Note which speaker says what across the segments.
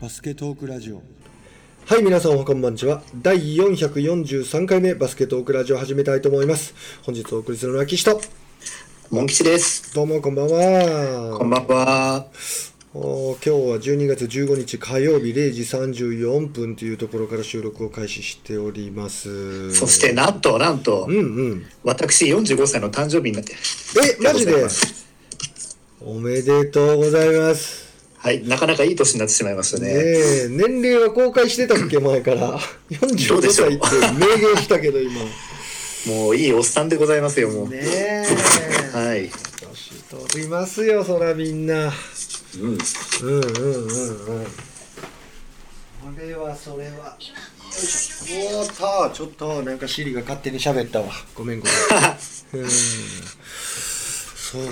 Speaker 1: バスケトークラジオ
Speaker 2: はい、皆さんおはこんばんちは。第443回目バスケットオークラジオを始めたいと思います。本日お送りするのは岸と、
Speaker 3: モン吉です。
Speaker 2: どうもこんばんは。
Speaker 3: こんばんは。
Speaker 2: おー今日は12月15日火曜日0時34分というところから収録を開始しております。
Speaker 3: そして、なんと、なんと
Speaker 2: う、んうん。
Speaker 3: 私45歳の誕生日になって。
Speaker 2: え、マジ
Speaker 3: ござい
Speaker 2: で
Speaker 3: ます
Speaker 2: おめでとうございます。
Speaker 3: はい、なかなかいい年になってしまいました
Speaker 2: ね
Speaker 3: ね。
Speaker 2: え、年齢は公開してたっけ前から。
Speaker 3: どう
Speaker 2: 45
Speaker 3: でしょ
Speaker 2: 歳っ
Speaker 3: う
Speaker 2: て明言したけど 今。
Speaker 3: もういいおっさんでございますよ、もう。
Speaker 2: ねえ。
Speaker 3: は
Speaker 2: 年
Speaker 3: い。
Speaker 2: 取りますよ、そらみんな。
Speaker 3: うん。
Speaker 2: うんうんうんうん。それはそれは。おーたちょっとなんかシリが勝手に喋ったわ。ごめんごめ ん。うん。そ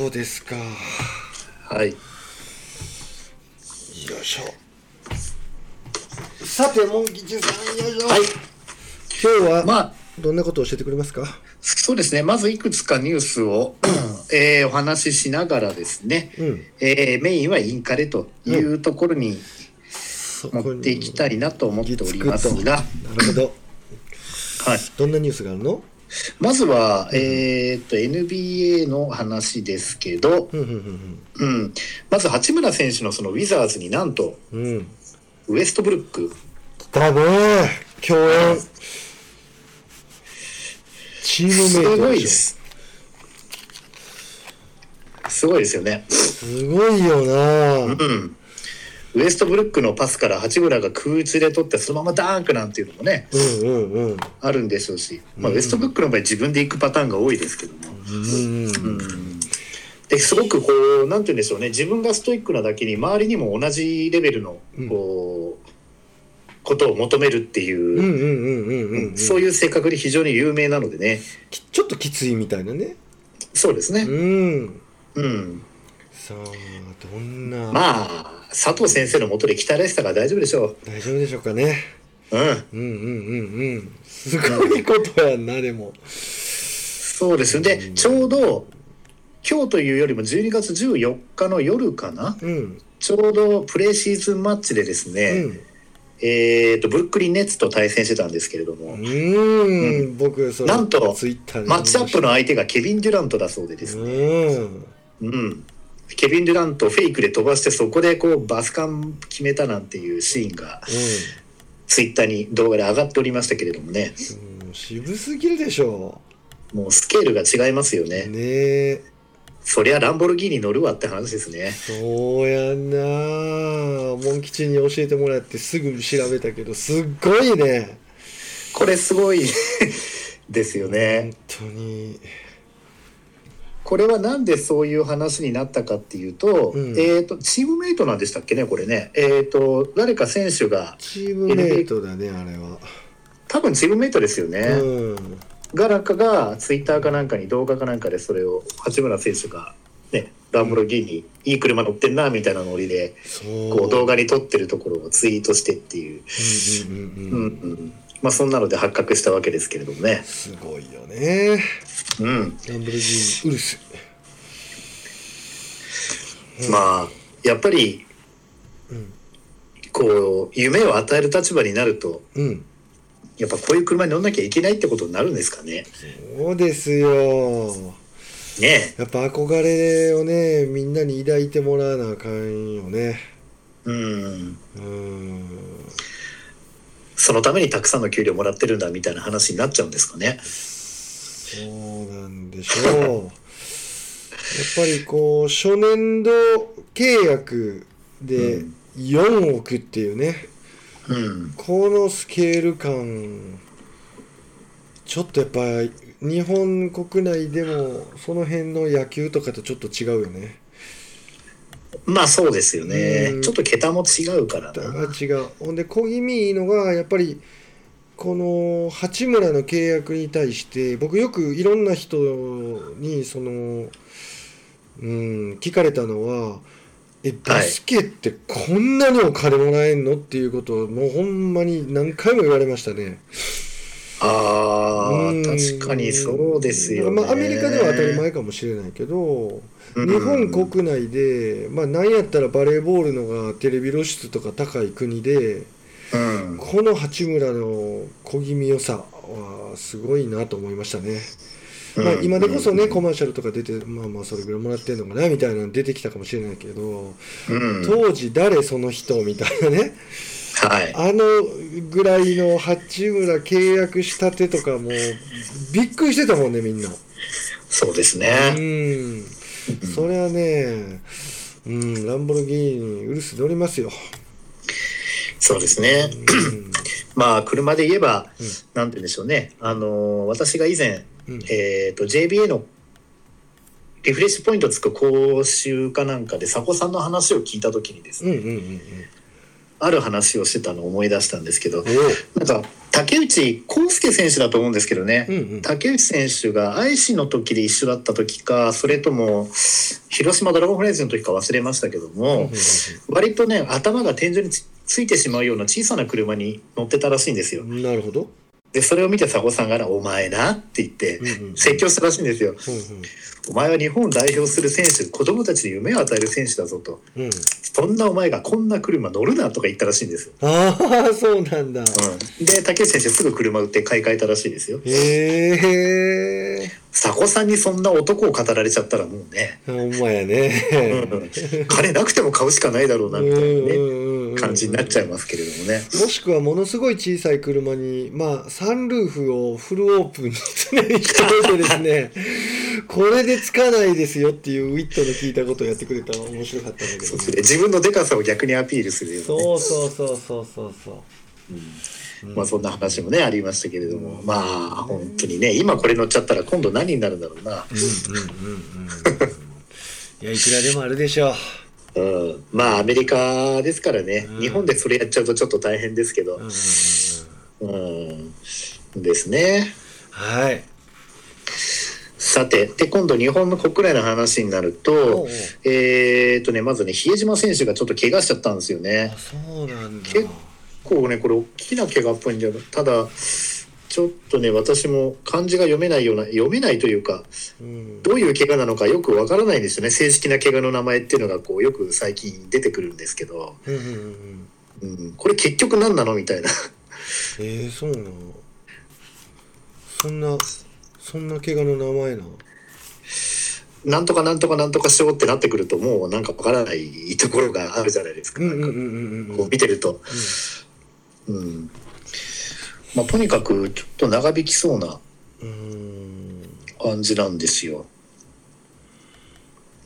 Speaker 2: うですか。よ
Speaker 3: はい。
Speaker 2: いしょ。さて、モン吉さん、よいしょ。はい。今日は、
Speaker 3: まあ、
Speaker 2: どんなことを教えてくれますか
Speaker 3: そうですね。まずいくつかニュースを、えーお話ししながらですね、
Speaker 2: うん
Speaker 3: えーメインはインカレというところに
Speaker 2: そ
Speaker 3: 持っていきた
Speaker 2: い。
Speaker 3: いなと思っておりますが、は
Speaker 2: なるほど。
Speaker 3: い。
Speaker 2: どんなニュースがあるの
Speaker 3: まずは、えーっと、NBA の話ですけど、
Speaker 2: うんうん
Speaker 3: うん、まず八村選手のそのウィザーズになんと
Speaker 2: うんうん。うん。
Speaker 3: ウエストブルック
Speaker 2: 来たねえ共演チー
Speaker 3: す
Speaker 2: ムメイト
Speaker 3: ご
Speaker 2: で
Speaker 3: い
Speaker 2: し
Speaker 3: で
Speaker 2: ょ
Speaker 3: すすごいですよね、
Speaker 2: すごいよな
Speaker 3: うん、ウエストブルックのパスから八村が空中で取ってそのままダンクなんていうのもね
Speaker 2: うんうんうん
Speaker 3: あるんでしょうし、まあ、ウエストブルックの場合自分で行くパターンが多いですけども、
Speaker 2: うん
Speaker 3: ですごくこうなんて言うんでしょうね自分がストイックなだけに周りにも同じレベルのこう、ことを求めるって
Speaker 2: うんう
Speaker 3: いう、
Speaker 2: んうんうんうんうん
Speaker 3: そういう性格で非常に有名なのでね
Speaker 2: きちょっときついみたいなね
Speaker 3: そうですね、
Speaker 2: うん
Speaker 3: うん、
Speaker 2: さあどんな、
Speaker 3: まあ佐藤先生のもとで鍛えられてたから大丈夫でしょ
Speaker 2: 大丈夫でしょうかね
Speaker 3: う、うん、
Speaker 2: うんうんうんうんすごいことやんなでも
Speaker 3: そうですでちょうど今日というよりも12月14日の夜かな
Speaker 2: うん
Speaker 3: ちょうどプレーシーズンマッチでです
Speaker 2: う
Speaker 3: ね、
Speaker 2: ん
Speaker 3: えー、とブルックリン・ネッツと対戦してたんですけれども、
Speaker 2: うん、僕それ
Speaker 3: なんと
Speaker 2: ツイッターに
Speaker 3: マッチアップの相手がケビン・デュラントだそうでですね、
Speaker 2: うん
Speaker 3: うん、ケビン・デュラントをフェイクで飛ばしてそこでこうバスカン決めたなんていうシーンがツイッターに動画で上がっておりましたけれどもね
Speaker 2: うん、うん、渋すぎるでしょ
Speaker 3: もうスケールが違いますよね
Speaker 2: ねえ
Speaker 3: そりゃランボルギーニ乗るわって話ですね。
Speaker 2: そうやんなあモン吉に教えてもらってすぐ調べたけどすっごいね
Speaker 3: これすごい ですよね
Speaker 2: 本。当に
Speaker 3: これはなんでそういう話になったかっていうと、
Speaker 2: うん
Speaker 3: えっ、とチームメイトなんでしたっけねこれね。えっ、と誰か選手が
Speaker 2: チームメイトだねあれは、
Speaker 3: 多分チームメイトですよね。
Speaker 2: うん
Speaker 3: がなんかがツイッターかなんかに動画かなんかでそれを八村選手がねランボルギーニ、いい車乗ってんなみたいなノリで
Speaker 2: そう
Speaker 3: こう動画に撮ってるところをツイートしてっていう、
Speaker 2: うんうんうん
Speaker 3: う
Speaker 2: うん
Speaker 3: んうん、まあそんなので発覚したわけですけれどもね。
Speaker 2: すごいよね
Speaker 3: うん。
Speaker 2: ランブルギーニウルス
Speaker 3: まあやっぱり、
Speaker 2: うん
Speaker 3: こう夢を与える立場になると
Speaker 2: うん
Speaker 3: やっぱこういう車に乗んなきゃいけないってことになるんですかね。
Speaker 2: そうですよ
Speaker 3: ね
Speaker 2: やっぱ憧れをねみんなに抱いてもらわなあかんよね
Speaker 3: えうん
Speaker 2: うん
Speaker 3: そのためにたくさんの給料もらってるんだみたいな話になっちゃうんですかね。
Speaker 2: そうなんでしょう。やっぱりこう初年度契約で
Speaker 3: うん
Speaker 2: 4億っていうね、
Speaker 3: うん、
Speaker 2: このスケール感ちょっとやっぱ日本国内でもその辺の野球とかとちょっと違うよね。
Speaker 3: まあそうですよね、
Speaker 2: うん
Speaker 3: ちょっと桁も違うから
Speaker 2: だ
Speaker 3: な。
Speaker 2: が違う。ほんで小気味いいのがやっぱりこの八村の契約に対して僕よくいろんな人にそのうん聞かれたのは「えバスケってこんなにお金もらえんの?」っていうことをもうほんまに何回も言われましたね。
Speaker 3: あ
Speaker 2: うん
Speaker 3: あ、確かにそうですよね。
Speaker 2: まあ、アメリカでは当たり前かもしれないけど、
Speaker 3: うん
Speaker 2: 日本国内で、まあ、なんやったらバレーボールのがテレビ露出とか高い国で、
Speaker 3: うん、
Speaker 2: この八村の小気味良さはすごいなと思いましたね。まあ、
Speaker 3: うん
Speaker 2: 今でこそね、コマーシャルとか出て、まあまあ、それぐらいもらってんのかなみたいなの出てきたかもしれないけど、
Speaker 3: うん、
Speaker 2: 当時、誰その人みたいなね、
Speaker 3: はい。
Speaker 2: あのぐらいの八村契約したてとかも、びっくりしてたもんね、みんな。
Speaker 3: そうです
Speaker 2: う
Speaker 3: ね。
Speaker 2: ん、それはね、うん、ランボルギーニ、ウルス乗りますよ。
Speaker 3: そうですね。
Speaker 2: うん
Speaker 3: まあ、車で言えば、
Speaker 2: うん
Speaker 3: なんて言うんでしょうね。あのー、私が以前、
Speaker 2: うん
Speaker 3: えっ、と、JBA のリフレッシュポイントつく講習かなんかで、佐古さんの話を聞いたときにです
Speaker 2: うん
Speaker 3: ね、
Speaker 2: うんうんうん。
Speaker 3: ある話をしてたのを思い出したんですけど、
Speaker 2: お
Speaker 3: なんか、竹内康介選手だと思うんですけどね。
Speaker 2: うんうん。
Speaker 3: 竹内選手が IC の時で一緒だった時かそれとも広島ドラゴンフレーズの時か忘れましたけども、割とね頭が天井につついてしまうような小さな車に乗ってたらしいんですよ
Speaker 2: なるほど。
Speaker 3: でそれを見て佐古さんがな「お前な」って言って
Speaker 2: うんうん
Speaker 3: 説教したらしいんですよ
Speaker 2: うん
Speaker 3: 「お前は日本を代表する選手子供たちに夢を与える選手だぞ」と
Speaker 2: うんうん。
Speaker 3: 「そんなお前がこんな車乗るな」とか言ったらしいんですよ、
Speaker 2: ああ、そうなんだ。
Speaker 3: うん、で竹内選手すぐ車売って買い替えたらしいですよ
Speaker 2: へえ。
Speaker 3: 佐古さんにそんな男を語られちゃったらもうね
Speaker 2: ほんまやね。
Speaker 3: 金なくても買うしかないだろうなみたいなね
Speaker 2: うん
Speaker 3: 感じになっちゃい
Speaker 2: ま
Speaker 3: ますけれどもね。
Speaker 2: す。もしくはものすごい小さい車に、まあ、サンルーフをフルオープンに常にしておいてですね、 これでつかないですよっていうウィットの聞いたことをやってくれたら面白かったんだけ
Speaker 3: そ
Speaker 2: ど
Speaker 3: うですね
Speaker 2: ね。
Speaker 3: 自分のでかさを逆にアピールするようなね
Speaker 2: そうそうそうそうそうそう
Speaker 3: うんまあそんな話もねありましたけれどもまあ本当にね今これ乗っちゃったら今度何になるんだろうな、
Speaker 2: うんうんうんうん。いや、いくらでもあるでしょう。
Speaker 3: うん、まあアメリカですからね
Speaker 2: うん
Speaker 3: 日本でそれやっちゃうとちょっと大変ですけ
Speaker 2: うんう
Speaker 3: ど
Speaker 2: んうんうん
Speaker 3: うんですね
Speaker 2: はい。
Speaker 3: さてで今度日本の国内の話になる
Speaker 2: おうお
Speaker 3: と
Speaker 2: う
Speaker 3: えーっとねまずね比江島選手がちょっと怪我しちゃったんですよね
Speaker 2: あ、。そうなんだ。
Speaker 3: 結構ねこれ大きな怪我っぽいんだよなただちょっとね私も漢字が読めないような読めないというか
Speaker 2: うん
Speaker 3: どういう怪我なのかよくわからないんですよね正式な怪我の名前っていうのがこうよく最近出てくるんですけど、
Speaker 2: うんうんうんうん。
Speaker 3: うん、これ結局何なのみたいな
Speaker 2: えー、そうなのそんなそんな怪我の名前なの
Speaker 3: なんとかなんとかなんとかしようってなってくるともうなんかわからないところがあるじゃないですか,、なんか
Speaker 2: ん
Speaker 3: こう見てると、うんまあ、とにかくちょっと長引きそうな
Speaker 2: うん
Speaker 3: 感じなんですよ。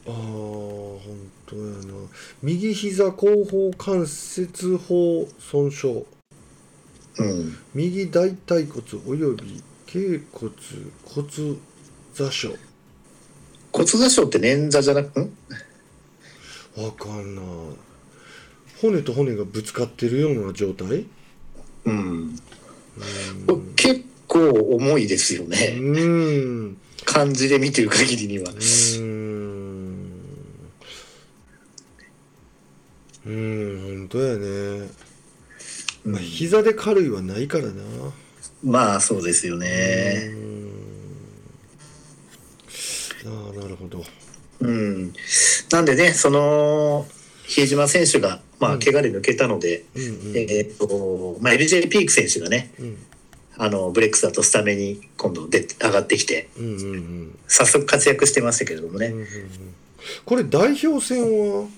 Speaker 2: ああ本当やな右膝後方関節包損傷
Speaker 3: うん
Speaker 2: 右大腿骨および頸骨骨座傷
Speaker 3: 骨座症って捻挫じゃなくん
Speaker 2: わかんない骨と骨がぶつかってるような状態
Speaker 3: うん
Speaker 2: う
Speaker 3: これ
Speaker 2: ん
Speaker 3: 結構重いですよね
Speaker 2: うん
Speaker 3: 感じで見てる限りには
Speaker 2: うーんうーん本当やね、
Speaker 3: うん
Speaker 2: まあ、膝で軽いはないからな
Speaker 3: まあそうですよね
Speaker 2: うーんああなるほど
Speaker 3: うんなんでねその比江島選手がま
Speaker 2: う
Speaker 3: あ
Speaker 2: ん
Speaker 3: 怪我で抜けたので、
Speaker 2: うんうん
Speaker 3: えーっとまあ LJ ピーク選手がね
Speaker 2: うん
Speaker 3: あのブレックスだとスタメンに今度で上がってきて
Speaker 2: うんうんうん
Speaker 3: 早速活躍してましたけれどもね、
Speaker 2: うんうんうんこれ代表戦は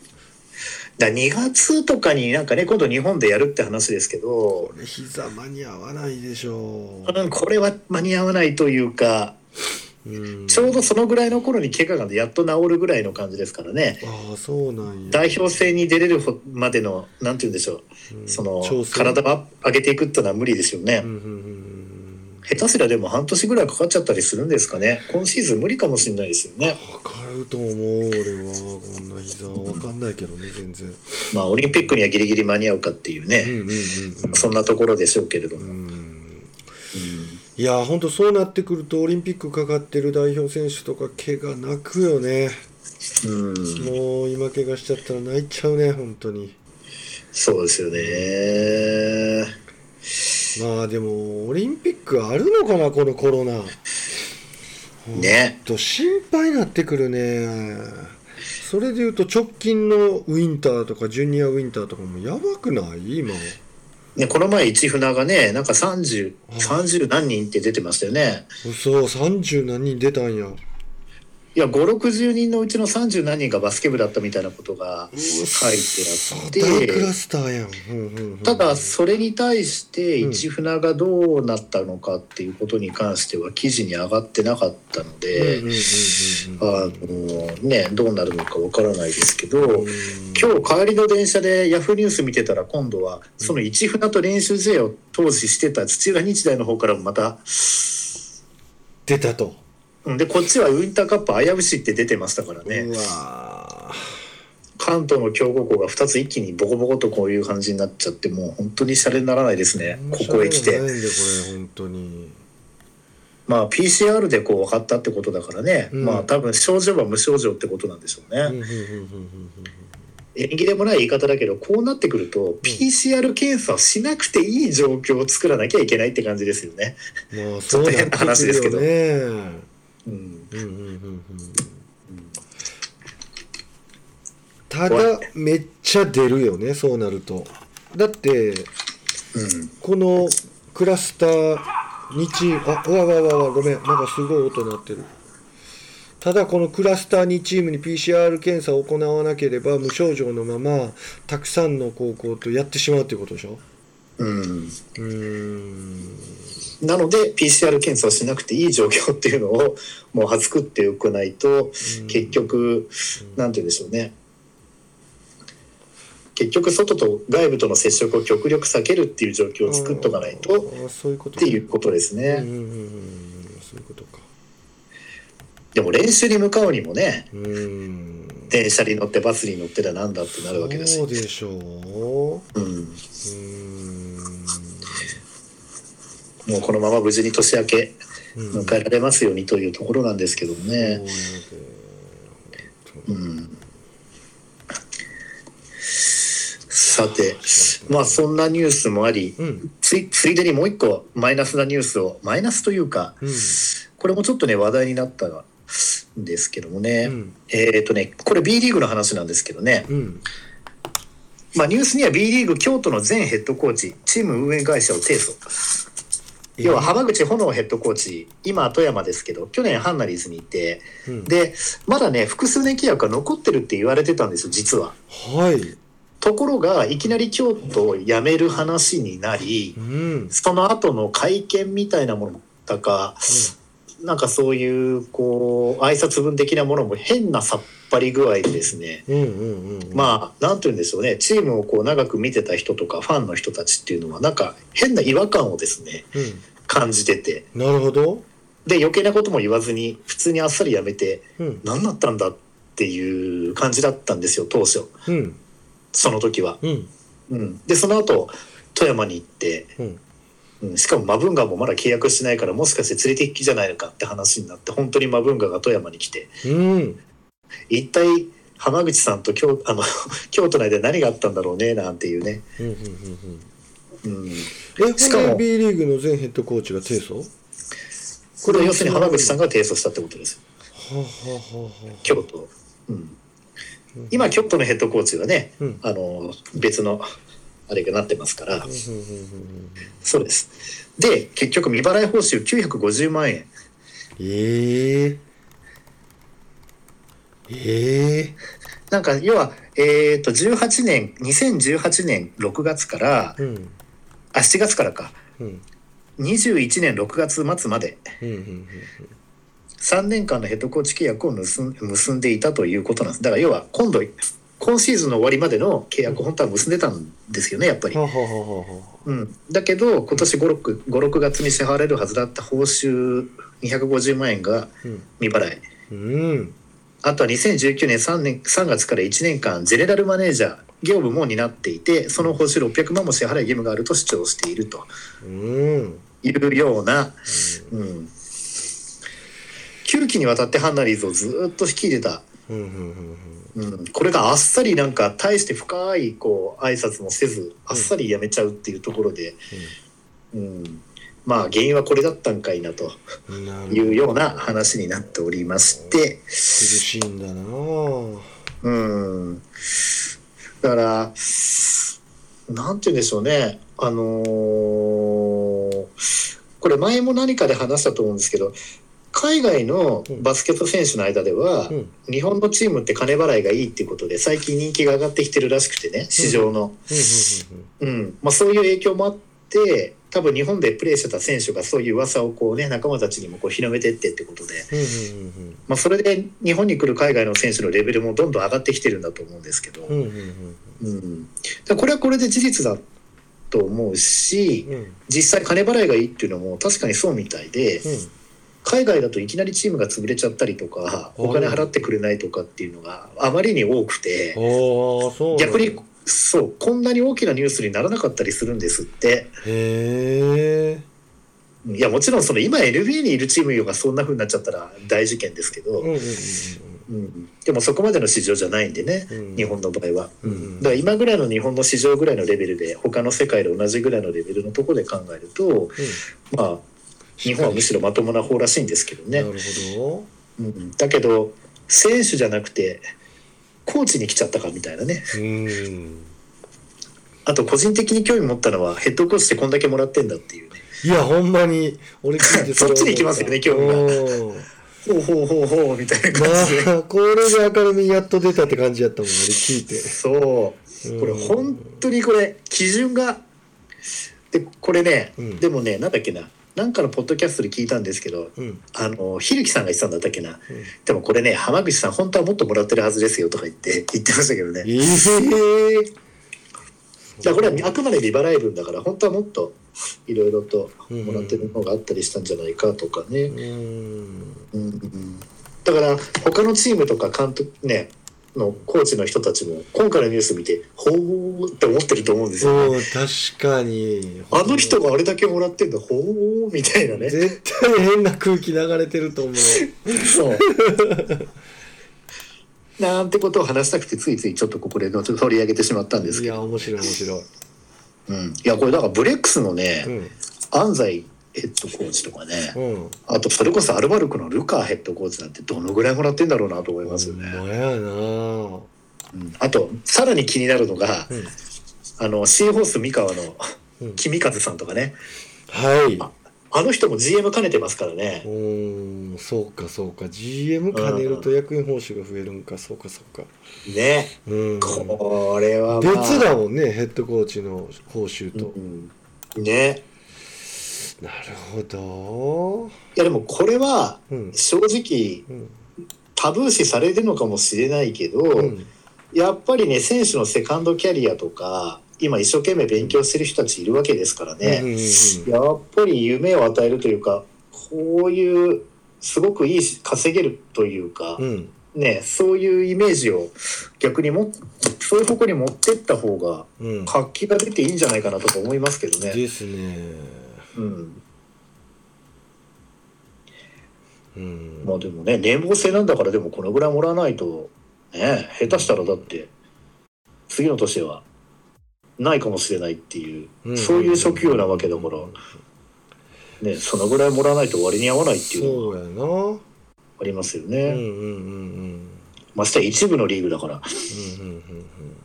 Speaker 3: だ2月とかになんかね今度日本でやるって話ですけど
Speaker 2: これ膝間に合わないでしょ
Speaker 3: うんこれは間に合わないというか
Speaker 2: う、うん、
Speaker 3: ちょうどそのぐらいの頃に怪我がやっと治るぐらいの感じですからね、
Speaker 2: ああそうなんや
Speaker 3: 代表戦に出れるほまでの、なんて言うんでしょ
Speaker 2: うん
Speaker 3: う、その
Speaker 2: 調整
Speaker 3: 体を上げていくっていうのは無理ですよね
Speaker 2: うん。うんうんうん
Speaker 3: 下手すりゃでも半年ぐらいかかっちゃったりするんですかね、今シーズン無理かもしれないですよね。
Speaker 2: わかると思う俺はこんな膝はわかんないけどね全然
Speaker 3: まあ、オリンピックにはギリギリ間に合うかっていう
Speaker 2: うん
Speaker 3: ね、
Speaker 2: うんうん
Speaker 3: そんなところでしょうけれど
Speaker 2: う
Speaker 3: も。
Speaker 2: んうんいや本当そうなってくるとオリンピックかかってる代表選手とか怪我泣くよね
Speaker 3: うん、
Speaker 2: もう今怪我しちゃったら泣いちゃうね本当に
Speaker 3: そうですよね。
Speaker 2: まあでもオリンピックあるのかなこのコロナ
Speaker 3: ね
Speaker 2: ちょっと心配になってくるねそれでいうと直近のウィンターとかジュニアウィンターとかもやばくない今
Speaker 3: ねこの前市船がねなんか3030
Speaker 2: うん
Speaker 3: 何人って出てましたよね
Speaker 2: そう30何人出たんや
Speaker 3: いや560人のうちの30何人がバスケ部だったみたいなことが書
Speaker 2: そう
Speaker 3: いてあっ
Speaker 2: 大
Speaker 3: て
Speaker 2: クラスターやん、うんうんうん
Speaker 3: ただそれに対して
Speaker 2: うん
Speaker 3: 市船がどうなったのかっていうことに関しては記事に上がってなかったので、
Speaker 2: うんうんうんうん
Speaker 3: あのねどうなるのかわからないですけど、
Speaker 2: うん
Speaker 3: 今日帰りの電車でヤフーニュース見てたら今度はその市船と練習試合を当時してた土浦日大の方からもまた
Speaker 2: 出たと、
Speaker 3: うんでこっちはウィンターカップ危うしって出てましたからね
Speaker 2: うわ
Speaker 3: 関東の強豪校が2つ一気にボコボコとこういう感じになっちゃってもう本当にシャレにならないですね
Speaker 2: ー
Speaker 3: ここへ来
Speaker 2: 面白い
Speaker 3: て
Speaker 2: のないんでこれ本当に
Speaker 3: まあ PCR でこう分かったってことだからね、
Speaker 2: うん
Speaker 3: まあ多分症状は無症状ってことなんでしょうね、
Speaker 2: うんうんうんうんうん
Speaker 3: 縁起でもない言い方だけどこうなってくると PCR 検査をしなくていい状況を作らなきゃいけないって感じですよね、
Speaker 2: うんまあ
Speaker 3: ちょっと変な話ですけど
Speaker 2: そうなってくるよね
Speaker 3: う
Speaker 2: うん
Speaker 3: ん、
Speaker 2: うんうんうん
Speaker 3: ん
Speaker 2: た
Speaker 3: 怖い
Speaker 2: だめっちゃ出るよねそうなるとだって
Speaker 3: うん
Speaker 2: このクラスター2あうわうわうわうわごめんなんかすごい音鳴ってるただこのクラスター2チームに PCR 検査を行わなければ無症状のままたくさんの高校とやってしまうっていうことでしょ
Speaker 3: うん
Speaker 2: うーん
Speaker 3: なので PCR 検査をしなくていい状況っていうのを もう作っておかないと結局なんて言うんでしょうね結局外と外部との接触を極力避けるっていう状況を作っとかないとっ
Speaker 2: あーそういうこと
Speaker 3: ていうことです
Speaker 2: うんうん
Speaker 3: ね
Speaker 2: うんうんそういうことか
Speaker 3: でも練習に向かうにもね
Speaker 2: うーん
Speaker 3: 電車に乗ってバスに乗ってだなんだってなるわけだし
Speaker 2: そうでしょうう
Speaker 3: うん
Speaker 2: ーん
Speaker 3: もうこのまま無事に年明け
Speaker 2: うん
Speaker 3: 迎えられますようにというところなんですけどもね、
Speaker 2: そうやで
Speaker 3: うん、さてまあそんなニュースもあり
Speaker 2: うん
Speaker 3: ついついでにもう一個マイナスなニュースをマイナスというか
Speaker 2: うん
Speaker 3: これもちょっとね話題になったんですけどもね、
Speaker 2: うん
Speaker 3: えっ、とねこれ B リーグの話なんですけどね、
Speaker 2: うん
Speaker 3: まあ、ニュースには B リーグ京都の前ヘッドコーチチーム運営会社を提訴要は浜口炎ヘッドコーチ今富山ですけど去年ハンナリーズにいて
Speaker 2: うん
Speaker 3: でまだね複数年契約が残ってるって言われてたんですよ実は。
Speaker 2: はい
Speaker 3: ところがいきなり京都を辞める話になり
Speaker 2: うん
Speaker 3: その後の会見みたいなものだかなんかそういうこう挨拶文的なものも変なさっぱり具合でですね
Speaker 2: うんうんうんあ
Speaker 3: まあなんて言うんでしょうねチームをこう長く見てた人とかファンの人たちっていうのはなんか変な違和感をですね
Speaker 2: うん
Speaker 3: 感じてて
Speaker 2: なるほど
Speaker 3: で余計なことも言わずに普通にあっさり辞めて
Speaker 2: うん
Speaker 3: 何だったんだっていう感じだったんですよ当初
Speaker 2: うん
Speaker 3: その時は。
Speaker 2: うん
Speaker 3: うん、でその後富山に行って、
Speaker 2: うん
Speaker 3: うん、しかもマブンガもまだ契約してないからもしかして連れて行きじゃないのかって話になって本当にマブンガが富山に来て
Speaker 2: うん
Speaker 3: 一体浜口さんと京 あの京都の間で何があったんだろうねなんていうね、
Speaker 2: うんうんうん
Speaker 3: うん、
Speaker 2: うんえ
Speaker 3: し
Speaker 2: こ
Speaker 3: かも
Speaker 2: れ B リーグの全ヘッドコーチが提訴は
Speaker 3: これは要するに浜口さんが提訴したってことですよ
Speaker 2: あはあはあはあ
Speaker 3: 京都を、うん、今京都のヘッドコーチはね
Speaker 2: うん
Speaker 3: あの別のあれがなってますから
Speaker 2: うんうんうんうん
Speaker 3: そうですで結局未払い報酬950万円
Speaker 2: ええええ
Speaker 3: なんか要は、えー、と18年2018年6月から
Speaker 2: うん
Speaker 3: あ7月からか
Speaker 2: うん
Speaker 3: 21年6月末まで
Speaker 2: うんうん
Speaker 3: 3年間のヘッドコーチ契約を結ん結んでいたということなんですだから要は今度今シーズンの終わりまでの契約を本当は結んでたんですよねやっぱり
Speaker 2: はあ、はあはあはあ
Speaker 3: うん、だけど今年56月に支払えるはずだった報酬250万円が
Speaker 2: うん
Speaker 3: 未払い
Speaker 2: うん
Speaker 3: あとは2019年 3, 年3月から1年間ゼネラルマネージャー業務も担っていてその報酬600万も支払い義務があると主張していると
Speaker 2: うん
Speaker 3: いうような、うん、9期にわたってハンナリーズをずっと率いてた、
Speaker 2: うんうんうん
Speaker 3: うん、これがあっさりなんか大して深いこう挨拶もせずあっさり辞めちゃうっていうところで、うん、まあ原因はこれだったんかいなと
Speaker 2: なるほど
Speaker 3: いうような話になっておりまして、
Speaker 2: 苦しいんだなぁ
Speaker 3: うん、だからなんて言うんでしょうねあのーこれ前も何かで話したと思うんですけど海外のバスケット選手の間では、
Speaker 2: うん
Speaker 3: 日本のチームって金払いがいいっていうことで最近人気が上がってきてるらしくてね市場の、うんまあ、そういう影響もあって多分日本でプレーしてた選手がそういう噂をこうね仲間たちにもこう広めてってってことで、
Speaker 2: うんうん
Speaker 3: まあ、それで日本に来る海外の選手のレベルもどんどん上がってきてるんだと思うんですけど、
Speaker 2: うんうんうんうん
Speaker 3: うん、だからこれはこれで事実だと思うし
Speaker 2: うんうんうん
Speaker 3: 実際金払いがいいっていうのも確かにそうみたいで海外だといきなりチームが潰れちゃったりとかお金払ってくれないとかっていうのがあまりに多くて
Speaker 2: ああそうなんだ
Speaker 3: 逆にそうこんなに大きなニュースにならなかったりするんですって。
Speaker 2: へえ
Speaker 3: いやもちろんその今 NBA にいるチームがそんな風になっちゃったら大事件ですけど、
Speaker 2: うんうんうん
Speaker 3: うんでもそこまでの市場じゃないんでね、
Speaker 2: うんうん
Speaker 3: 日本の場合は、
Speaker 2: うんうん
Speaker 3: だから今ぐらいの日本の市場ぐらいのレベルで他の世界で同じぐらいのレベルのところで考えるとまあ日本はむしろまともな方らしいんですけど
Speaker 2: な
Speaker 3: ね、
Speaker 2: るほ
Speaker 3: うん、だけど選手じゃなくてコーチに来ちゃったかみたいなね
Speaker 2: どうん
Speaker 3: あと個人的に興味持ったのはヘッドコーチってこんだけもらってんだっていうね
Speaker 2: いやほんまに俺聞いてれ
Speaker 3: そっちに行きますよね興味が
Speaker 2: 味が
Speaker 3: ほうほうほうほうみたいな感じで。
Speaker 2: まあこれで明るみやっと出たって感じやったもん俺聞いて
Speaker 3: そうこれ本当にこれ基準がでこれね、
Speaker 2: うん
Speaker 3: でもねなんだっけななんかのポッドキャストで聞いたんですけど
Speaker 2: うん
Speaker 3: あのひるきさんが言ってたんだったっけな、
Speaker 2: うん
Speaker 3: でもこれね浜口さん本当はもっともらってるはずですよとか言って言ってましたけどね、
Speaker 2: ええ
Speaker 3: だからこれはあくまで未払い分だから本当はもっといろいろともらってるのがあったりしたんじゃないかとかね、
Speaker 2: うん
Speaker 3: うんだから他のチームとか監督ねのコーチの人たちも今回のニュース見てほうって思ってると思うんですよ、
Speaker 2: そ
Speaker 3: ね、
Speaker 2: う確かに
Speaker 3: あの人があれだけもらってんだほうみたいなね
Speaker 2: 絶対変な空気流れてると思う
Speaker 3: そう なんてことを話したくてついついちょっとここでちょっと取り上げてしまったんです
Speaker 2: い
Speaker 3: けど
Speaker 2: や面白い面白い、
Speaker 3: うん、いやこれだからブレックスのね、
Speaker 2: うん
Speaker 3: 安西ヘッドコーチとかね、
Speaker 2: うん
Speaker 3: あとそれこそアルバルクのルカーヘッドコーチなんてどのぐらいもらってんだろうなと思いますよね、
Speaker 2: ほんまやなぁ
Speaker 3: うんあとさらに気になるのが、
Speaker 2: うん
Speaker 3: あのシーホース三河の
Speaker 2: うん
Speaker 3: 君和さんとかね
Speaker 2: はい
Speaker 3: あの人も GM 兼ねてますからね
Speaker 2: うーんそうかそうか GM 兼ねると役員報酬が増えるんかそうかそうか
Speaker 3: ね
Speaker 2: うん
Speaker 3: これは、まあ、
Speaker 2: 別だもんねヘッドコーチの報酬と、
Speaker 3: うんね
Speaker 2: なるほど
Speaker 3: いやでもこれは
Speaker 2: うん
Speaker 3: 正直
Speaker 2: うん
Speaker 3: タブー視されてるのかもしれないけど、
Speaker 2: うん
Speaker 3: やっぱりね選手のセカンドキャリアとか今一生懸命勉強してる人たちいるわけですからね、
Speaker 2: うんうんうん
Speaker 3: やっぱり夢を与えるというかこういうすごくいいし稼げるというか、
Speaker 2: うん
Speaker 3: ねそういうイメージを逆にもそういう方向に持ってった方が
Speaker 2: うん
Speaker 3: 活気が出ていいんじゃないかなとか思いますけどね。
Speaker 2: ですね
Speaker 3: うん、
Speaker 2: うん
Speaker 3: まあでもね年俸制なんだからでもこのぐらいもらわないとね下手したらだって次の年はないかもしれないっていう、
Speaker 2: うん
Speaker 3: そういう職業なわけだから、ね、そのぐらいもらわないと割に合わないっていうの
Speaker 2: そ
Speaker 3: が
Speaker 2: うやなうん
Speaker 3: ありますよ
Speaker 2: う
Speaker 3: ね。
Speaker 2: んうんうん
Speaker 3: ましてや一部のリーグだから、
Speaker 2: うんうんうん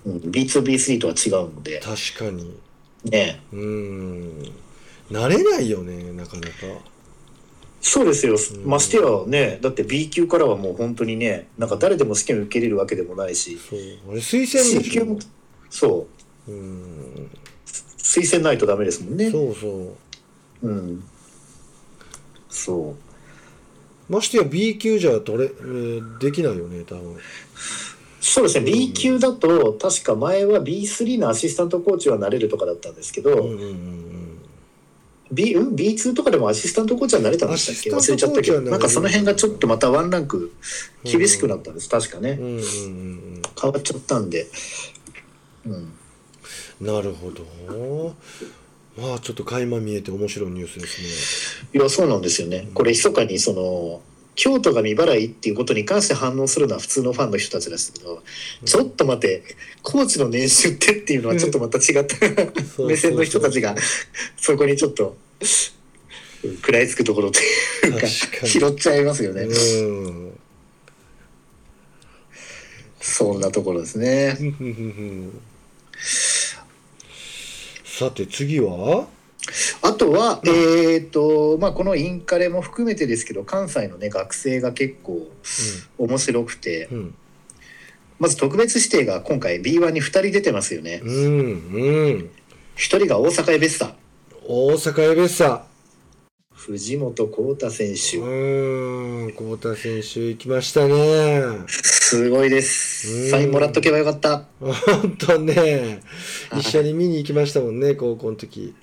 Speaker 2: うん
Speaker 3: うん、B2B3 とは違うので
Speaker 2: 確かに
Speaker 3: ね
Speaker 2: うん慣れないよねなかなか
Speaker 3: そうですよ
Speaker 2: ん
Speaker 3: ましてやねだって B 級からはもう本当にねなんか誰でも試験受けれるわけでもないし
Speaker 2: そうあれ推薦
Speaker 3: C
Speaker 2: でし
Speaker 3: 級
Speaker 2: ょ
Speaker 3: もそう
Speaker 2: うん
Speaker 3: 推薦ないとダメですもんね
Speaker 2: そうそう
Speaker 3: うんそう
Speaker 2: ましてや B 級じゃ取れ、えーできないよね多分
Speaker 3: そうですね
Speaker 2: うん
Speaker 3: B 級だと確か前は B3 のアシスタントコーチはなれるとかだったんですけ
Speaker 2: う
Speaker 3: ど、
Speaker 2: んうんうん
Speaker 3: B うん、B2 とかでもアシスタントコーチはなれたんでしたっけ
Speaker 2: ア
Speaker 3: 忘
Speaker 2: シ
Speaker 3: れ
Speaker 2: ス
Speaker 3: ち
Speaker 2: タ
Speaker 3: ゃ
Speaker 2: ン
Speaker 3: っ
Speaker 2: トコ
Speaker 3: た
Speaker 2: ーチ
Speaker 3: け
Speaker 2: は
Speaker 3: ど
Speaker 2: なれる
Speaker 3: なんかその辺がちょっとまたワンランク厳しくなったんです確かね、
Speaker 2: うんうんうん
Speaker 3: 変わっちゃったんで、うん、
Speaker 2: うんなるほどまあちょっと垣間見えて面白いニュースです
Speaker 3: いやそうなんですよねこれ密かにその京都が未払いっていうことに関して反応するのは普通のファンの人たちですけど、ちょっと待て高知の年収ってっていうのはちょっとまた 違った
Speaker 2: そう
Speaker 3: 目線の人たちがそこにちょっとうん食らいつくところという
Speaker 2: 確
Speaker 3: か
Speaker 2: かに
Speaker 3: 拾っちゃいますよね、
Speaker 2: うん
Speaker 3: そんなところですね
Speaker 2: ふんふんふんふんさて次は
Speaker 3: あとは、えっ、とまあこのインカレも含めてですけど関西のね学生が結構面白くて、
Speaker 2: うん
Speaker 3: まず特別指定が今回 B1 に2人出てますよね
Speaker 2: うんうん
Speaker 3: 1人が大阪エベッサ
Speaker 2: 大阪エベッサ
Speaker 3: 藤本幸太選
Speaker 2: う
Speaker 3: 手
Speaker 2: ん幸太選手行きましたね
Speaker 3: すごいで
Speaker 2: うん
Speaker 3: すサインもらっとけばよかった
Speaker 2: 本当ね
Speaker 3: はい
Speaker 2: 一緒に見に行きましたもんね高校の時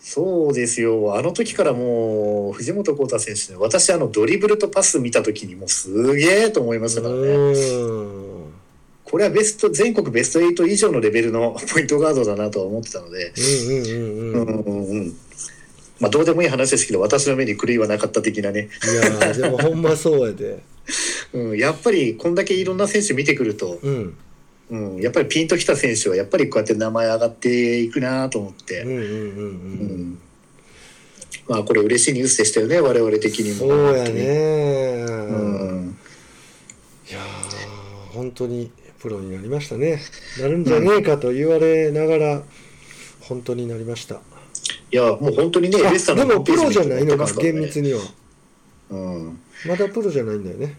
Speaker 3: そうですよあの時からもう藤本幸太選手ね私あのドリブルとパス見た時にもうすげえと思いましたからね
Speaker 2: うんうん
Speaker 3: これはベスト全国ベスト8以上のレベルのポイントガードだなとは思ってたので
Speaker 2: うんうん
Speaker 3: う
Speaker 2: うんん
Speaker 3: うんうんまあどうでもいい話ですけど私の目に狂いはなかった的なね、
Speaker 2: いやーでもほんまそうやで
Speaker 3: うん、やっぱりこんだけいろんな選手見てくると、
Speaker 2: うん
Speaker 3: うん、やっぱりピンときた選手はやっぱりこうやって名前上がっていくなと思っ
Speaker 2: うん
Speaker 3: て、
Speaker 2: うんう
Speaker 3: うんん、まあこれ嬉しいニュースでしたよね我々的
Speaker 2: うん
Speaker 3: にも
Speaker 2: そうや
Speaker 3: う
Speaker 2: ね
Speaker 3: ん
Speaker 2: いやー本当にプロになりましたねなるんじゃねえかと言われながら本当になりました
Speaker 3: いやもう本当にねエベス
Speaker 2: あ
Speaker 3: タ
Speaker 2: で
Speaker 3: の
Speaker 2: もプロじゃないの
Speaker 3: ホームページ見てま
Speaker 2: か
Speaker 3: すらね
Speaker 2: 厳密には
Speaker 3: うん、
Speaker 2: まだプロじゃないんだよね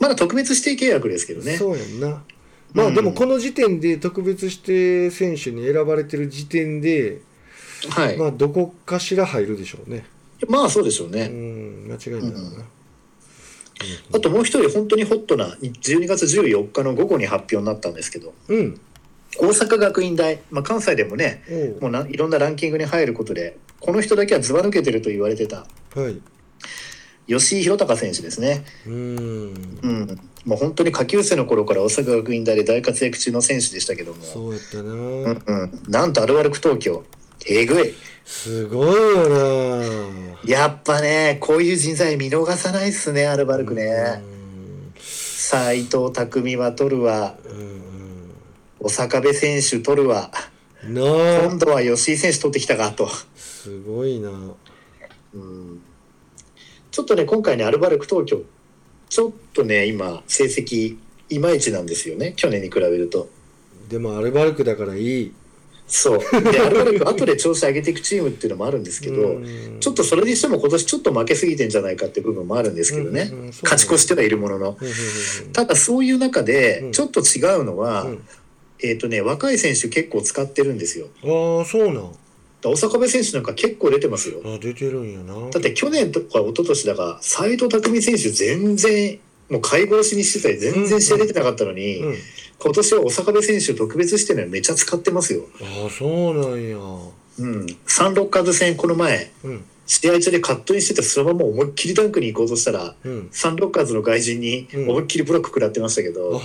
Speaker 3: まだ特別指定契約ですけどね
Speaker 2: そうやんなまあ
Speaker 3: うん
Speaker 2: でもこの時点で特別指定選手に選ばれてる時点で
Speaker 3: はい
Speaker 2: ま
Speaker 3: ま
Speaker 2: あ
Speaker 3: あ、
Speaker 2: どこかしら入るでしょうね
Speaker 3: そうでしょうね、
Speaker 2: うん間違いないな、
Speaker 3: うんあともう一人本当にホットな12月14日の午後に発表になったんですけど
Speaker 2: うん
Speaker 3: 大阪学院大、まあ、関西でもね
Speaker 2: おう
Speaker 3: もうないろんなランキングに入ることでこの人だけはずば抜けてると言われてた
Speaker 2: はい。
Speaker 3: 吉井宏隆選手ですね、
Speaker 2: うーん。
Speaker 3: うん、もう本当に下級生の頃から大阪学院大で大活躍中の選手でしたけども
Speaker 2: そうやった
Speaker 3: う
Speaker 2: な。
Speaker 3: んうん、なんとあるあるく東京えぐい
Speaker 2: すごいよな。
Speaker 3: やっぱねこういう人材見逃さないっすねアルバルクね斎藤匠は取るわ
Speaker 2: うーん。
Speaker 3: 小坂部選手取るわ
Speaker 2: うーんな
Speaker 3: 今
Speaker 2: あ。
Speaker 3: 度は吉井選手取ってきたかと。
Speaker 2: すごいな。
Speaker 3: うんちょっとね今回ねアルバルク東京ちょっとね今成績いまいちなんですよね去年に比べると
Speaker 2: でもアルバルクだからいい。
Speaker 3: そうで アルバルク後で調子上げていくチームっていうのもあるんですけどちょっとそれにしても今年ちょっと負けすぎてんじゃないかっていう部分もあるんですけどね
Speaker 2: うんうんうんそう
Speaker 3: 勝ち越してはいるものの
Speaker 2: うんうんうん
Speaker 3: ただそういう中
Speaker 2: う
Speaker 3: で
Speaker 2: ん
Speaker 3: ちょっと違うのは、
Speaker 2: うん
Speaker 3: えっ、とね若い選手結構使ってるんですよ
Speaker 2: ああ、そうなん。
Speaker 3: だから大阪部選手なんか結構出てますよ
Speaker 2: あ出てるんやな。
Speaker 3: だって去年とか一昨年だから斎藤匠選手全然もう買い殺しにしてたり全然試合出てなかったのに、
Speaker 2: うん、
Speaker 3: 今年は大阪部選手特別してねめっちゃ使ってますよ、
Speaker 2: ああ、そうなんや。
Speaker 3: うん、サンロッカーズ戦この前
Speaker 2: うん。
Speaker 3: 試合中でカットインしててそのまま思いっきりダンクに行こうとしたら
Speaker 2: うん。
Speaker 3: サンロッカーズの外人に
Speaker 2: うん
Speaker 3: 思いっきりブロック食らってましたけど、
Speaker 2: ああ、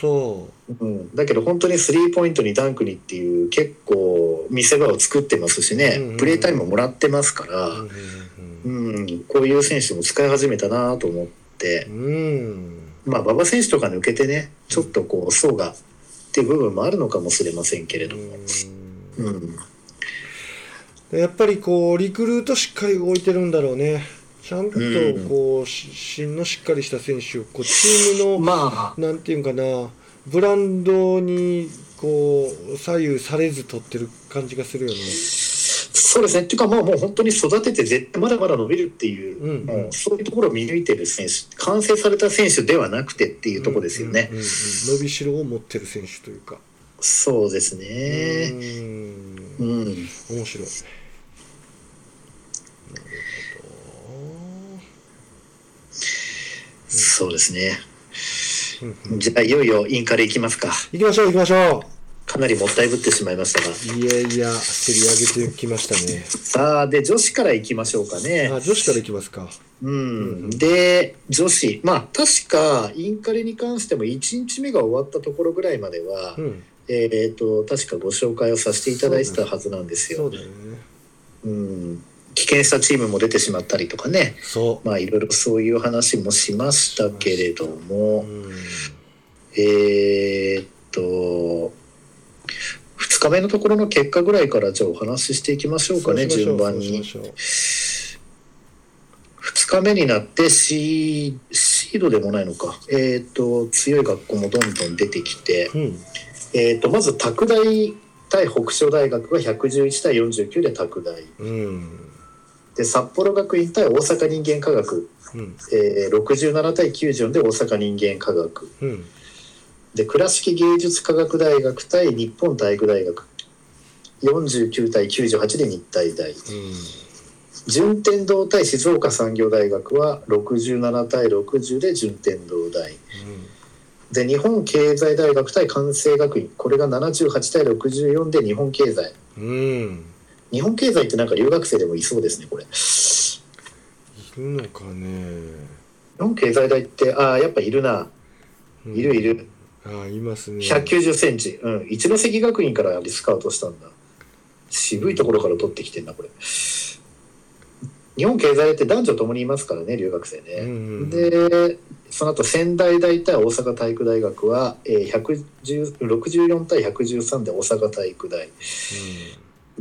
Speaker 2: そ
Speaker 3: うん、だけど本当にスリーポイントにダンクにっていう結構見せ場を作ってますしね、
Speaker 2: うんうん
Speaker 3: プレータイムもらってますから、
Speaker 2: う。うんうん
Speaker 3: うん、こういう選手も使い始めたなと思って。
Speaker 2: うん。うん。
Speaker 3: まあ、馬場選手とか抜けてね、ちょっとこう、層がっていう部分もあるのかもしれませんけれども。
Speaker 2: うん
Speaker 3: うん、
Speaker 2: やっぱりこうリクルートしっかり動いてるんだろうね、ちゃんと
Speaker 3: うん
Speaker 2: こう、し芯のしっかりした選手をこうチームの、
Speaker 3: まあ、
Speaker 2: なんていうんかな、ブランドにこう左右されず取ってる感じがするよね。
Speaker 3: そうですね。っていうか、まあ、もう本当に育てて、絶対まだまだ伸びるっていう、
Speaker 2: うん
Speaker 3: もうそういうところを見抜いてる選手、完成された選手ではなくてっていうところですよね。
Speaker 2: うんうんうん伸びしろを持ってる選手というか。
Speaker 3: そうですね。
Speaker 2: うん
Speaker 3: うん。
Speaker 2: 面白い。
Speaker 3: そうですね。
Speaker 2: うんうん
Speaker 3: じゃあ、いよいよインカレいきますか。
Speaker 2: 行きましょう行きましょ
Speaker 3: かなりもったいぶってしまいましたが。
Speaker 2: う。いやいや、競り上げてきましたね。
Speaker 3: さあ、で、女子からいきましょうかね。
Speaker 2: あ女子から行きますか。
Speaker 3: うん、で女子まあ確かインカレに関しても1日目が終わったところぐらいまでは、
Speaker 2: うん、
Speaker 3: えー、と確かご紹介をさせていただいてたはずなんです
Speaker 2: そ
Speaker 3: よ。
Speaker 2: うだよね。
Speaker 3: うん、棄権したチームも出てしまったりとかね、
Speaker 2: そう、
Speaker 3: まあいろいろそういう話もしましたけれど
Speaker 2: う
Speaker 3: も、
Speaker 2: ん
Speaker 3: えーっと、2日目のところの結果ぐらいからじゃあお話ししていきましょうかね、
Speaker 2: そしましょ
Speaker 3: 順番
Speaker 2: そう
Speaker 3: に。
Speaker 2: しましょう
Speaker 3: 2日目になってシーシードでもないのか、えーっと、強い学校もどんどん出てきて、
Speaker 2: うん
Speaker 3: えーっと、まず拓大対北昇大学が111対49で拓大。
Speaker 2: うん
Speaker 3: で、札幌学院対大阪人間科学、
Speaker 2: うん
Speaker 3: えー67対94で大阪人間科学。
Speaker 2: うん
Speaker 3: で倉敷芸術科学大学対日本体育大学49対98で日体大順天堂対静岡産業大学は67対60で順天堂大で日本経済大学対関西学院これが78対64で日本経済
Speaker 2: うんうん
Speaker 3: 日本経済ってなんか留学生でもいそうですねこれ日
Speaker 2: いるのかね、
Speaker 3: 本経済大ってああやっぱいるな
Speaker 2: うん
Speaker 3: いるいる
Speaker 2: ああいますね
Speaker 3: 1 9 0センチうん一関学院からリスカウトしたんだ渋いところから取ってきてんなこれ日本経済って男女ともにいますからね留学生ね、
Speaker 2: うんうん
Speaker 3: でその後仙台大対大阪体育大学は、えー110 64対113で大阪体育大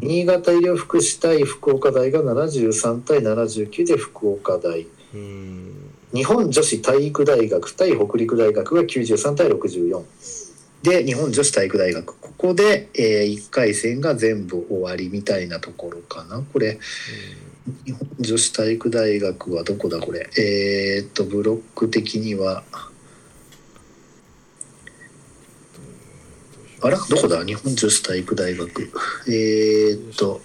Speaker 3: 新潟医療福祉対福岡大が73対79で福岡大
Speaker 2: うんうん
Speaker 3: 日本女子体育大学対北陸大学が93対64で日本女子体育大学ここで、え1回戦が全部終わりみたいなところかなこれ日本女子体育大学はどこだこれえーっとブロック的にはあらどこだ日本女子体育大学えーっと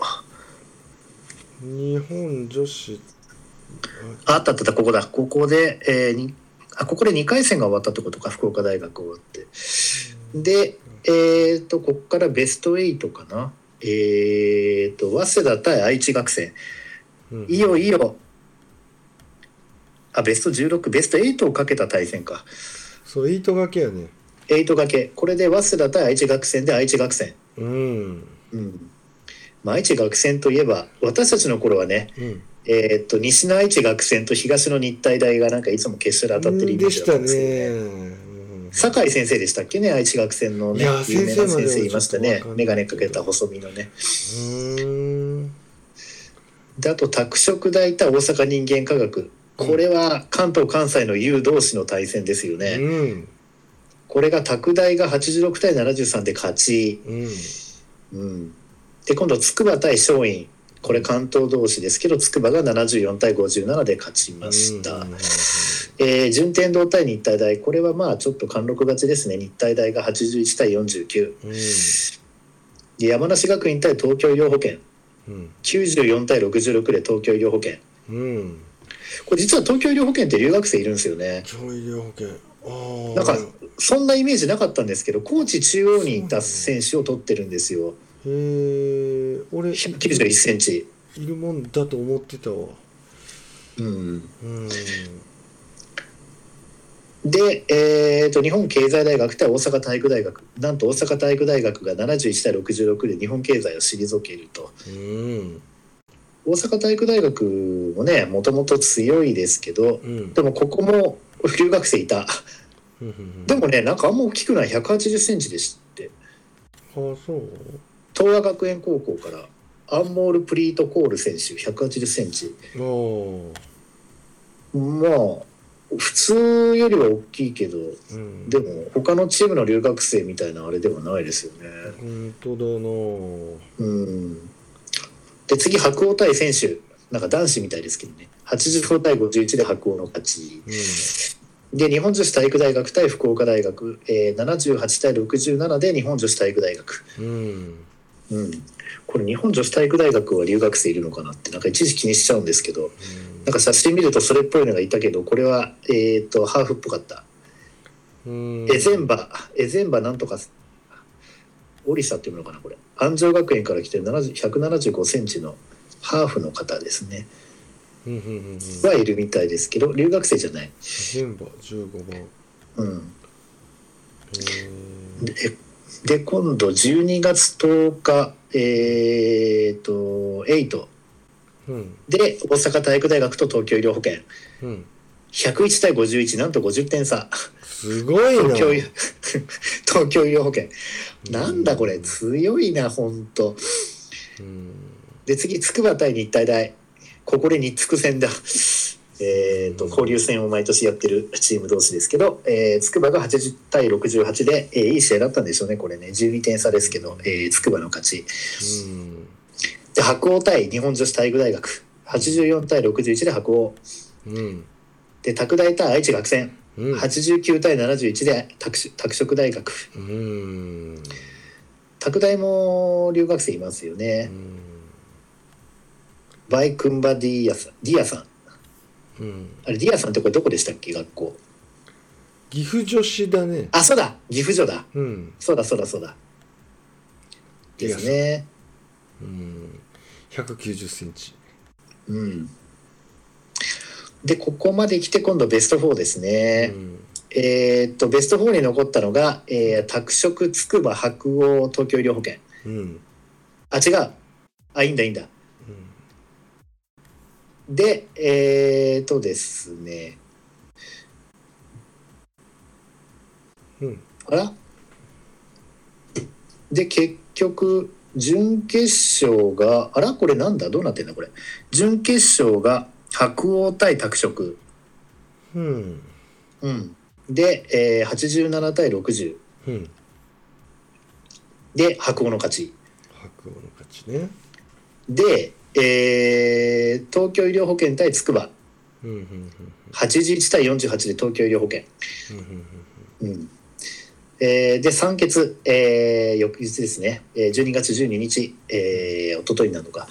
Speaker 2: 日本女子
Speaker 3: ああったあったあったここだここで、えーにあここで2回戦が終わったってことか福岡大学終わってでえっ、とここからベスト8かなえっ、と早稲田対愛知学生
Speaker 2: うん
Speaker 3: いよいよあベスト16ベスト8をかけた対戦か
Speaker 2: そういいとがけやね
Speaker 3: 8掛けこれで早稲田対愛知学生で愛知学生
Speaker 2: うん
Speaker 3: うんまあ、愛知学生といえば私たちの頃はね、
Speaker 2: うん
Speaker 3: えー、と西の愛知学生と東の日体大がなんかいつも決勝で当たってるイメー
Speaker 2: で
Speaker 3: ジ
Speaker 2: し
Speaker 3: だったたんですけどね
Speaker 2: ね、うん
Speaker 3: 酒井先生でしたっけね愛知学生のね
Speaker 2: いや
Speaker 3: 有名
Speaker 2: 先
Speaker 3: な
Speaker 2: 生まで
Speaker 3: 先
Speaker 2: は
Speaker 3: 生いました
Speaker 2: ちょっ
Speaker 3: ね
Speaker 2: とわかんない
Speaker 3: 眼鏡かけた細身のね
Speaker 2: うん
Speaker 3: であと拓殖大対大阪人間科学これは関東関西の有同士の対戦ですよね、
Speaker 2: うん
Speaker 3: これが拓大が86対73で勝ち、
Speaker 2: うん
Speaker 3: うん、で今度筑波対松陰これ関東同士ですけど筑波が74対57で勝ちました、
Speaker 2: うん
Speaker 3: えー順天堂対日体大これはまあちょっと貫禄勝ちですね日体大が81対49
Speaker 2: うん
Speaker 3: で山梨学院対東京医療保険
Speaker 2: うん
Speaker 3: 94対66で東京医療保険
Speaker 2: うん
Speaker 3: これ実は東京医療保険って留学生いるんですよね
Speaker 2: 超医療保険ああ
Speaker 3: なんかそんなイメージなかったんですけど高知中央にいた選手を取ってるんですよ
Speaker 2: へえ俺
Speaker 3: 91センチ
Speaker 2: いるもんだと思ってたわ
Speaker 3: うん
Speaker 2: うん
Speaker 3: で、えー、と日本経済大学対大阪体育大学なんと大阪体育大学が71対66で日本経済を退けると
Speaker 2: うん
Speaker 3: 大阪体育大学もねもともと強いですけど
Speaker 2: うん
Speaker 3: でもここも留学生いた
Speaker 2: うん
Speaker 3: でもねなんかあんま大きくない1 8 0センチでしたって
Speaker 2: あそう
Speaker 3: 東亜学園高校からアンモール・プリート・コール選手180センチ
Speaker 2: ああ
Speaker 3: まあ普通よりは大きいけど
Speaker 2: うん
Speaker 3: でも他のチームの留学生みたいなあれではないですよね
Speaker 2: 本当だな
Speaker 3: うんで次白鴎対選手なんか男子みたいですけどね85対51で白鴎の勝ち
Speaker 2: う
Speaker 3: で日本女子体育大学対福岡大学、えー78対67で日本女子体育大学
Speaker 2: んうん
Speaker 3: うんこれ日本女子体育大学は留学生いるのかなってなんか一時気にしちゃうんですけどなんか写真見るとそれっぽいのがいたけどこれは、えー、とハーフっぽかった、
Speaker 2: うん
Speaker 3: エゼンバエゼンバなんとかオリサっていうのかなこれ安城学園から来てる70 175センチのハーフの方ですね
Speaker 2: うんうんうんうん
Speaker 3: はいるみたいですけど留学生じゃない、
Speaker 2: エゼンバ15番へ
Speaker 3: うん、
Speaker 2: え
Speaker 3: でで今度12月10日えっ、とエイト
Speaker 2: うん
Speaker 3: で大阪体育大学と東京医療保険
Speaker 2: うん
Speaker 3: 101対51なんと50点差
Speaker 2: すごいな
Speaker 3: 東京医 東京医療保険なんだこれ強いな本当
Speaker 2: うん
Speaker 3: で次筑波対日体大ここで日筑戦だ えーと交流戦を毎年やってるチーム同士ですけど、えー、筑波が80対68で、えーいい試合だったんでしょうねこれね12点差ですけど、えー、筑波の勝ち
Speaker 2: うん
Speaker 3: で白鴎対日本女子体育大学84対61で白鴎
Speaker 2: うん
Speaker 3: で拓大対愛知学生
Speaker 2: うん
Speaker 3: 89対71で拓殖拓殖大学
Speaker 2: うん
Speaker 3: 拓大も留学生いますよ
Speaker 2: う
Speaker 3: ね、
Speaker 2: ん
Speaker 3: バイクンバディアさんディアさん
Speaker 2: うん
Speaker 3: あれディアさんってこれどこでしたっけ学校
Speaker 2: 岐阜女子だね
Speaker 3: あそうだ岐阜城だ
Speaker 2: うん
Speaker 3: そうだそうだそうだ
Speaker 2: デ
Speaker 3: で
Speaker 2: ィアさん
Speaker 3: すね
Speaker 2: うん190センチ
Speaker 3: うんでここまで来て今度ベスト4です
Speaker 2: う
Speaker 3: ね、
Speaker 2: ん
Speaker 3: えーっとベスト4に残ったのが、えー、拓殖筑波白鴎東京医療保険
Speaker 2: うん
Speaker 3: あ違うあいいんだいいんだ
Speaker 2: うん
Speaker 3: で、えーとですね。
Speaker 2: うん
Speaker 3: あらで、結局、準決勝が、あらこれなんだどうなってんだこれ。準決勝が、白鴎対拓殖。
Speaker 2: うん
Speaker 3: うん。で、えー、87対60。
Speaker 2: うん
Speaker 3: で、白鴎の勝ち。
Speaker 2: 白鵬の勝ちね
Speaker 3: で、えー、東京医療保険対筑波。
Speaker 2: うんうんうん
Speaker 3: 81対48で東京医療保険。
Speaker 2: うんうんうん
Speaker 3: うんえーで三欠、えー翌日ですね、えー12月12日、えー、一昨日なのか、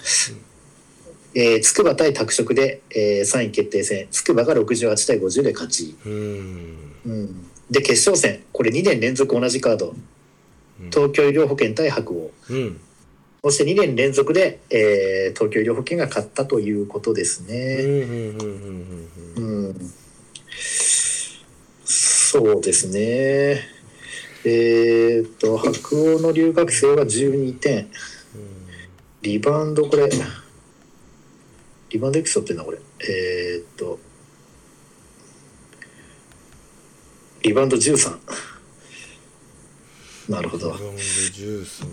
Speaker 3: えー、筑波対拓殖で、え3位決定戦筑波が68対50で勝ち、
Speaker 2: うん
Speaker 3: うん、で決勝戦これ2年連続同じカード
Speaker 2: うん
Speaker 3: 東京医療保険対白鵬
Speaker 2: うん
Speaker 3: そして2年連続で、えー東京医療保険が勝ったということです
Speaker 2: う
Speaker 3: ね。
Speaker 2: んうんうんうんうんうん
Speaker 3: うんそうですね。えーっと、白鴎の留学生は12点。リバウンド、これ、リバウンドいくつ取ってんだ、これ。えーっと、リバウンド13。なるほど
Speaker 2: ラウン。ド13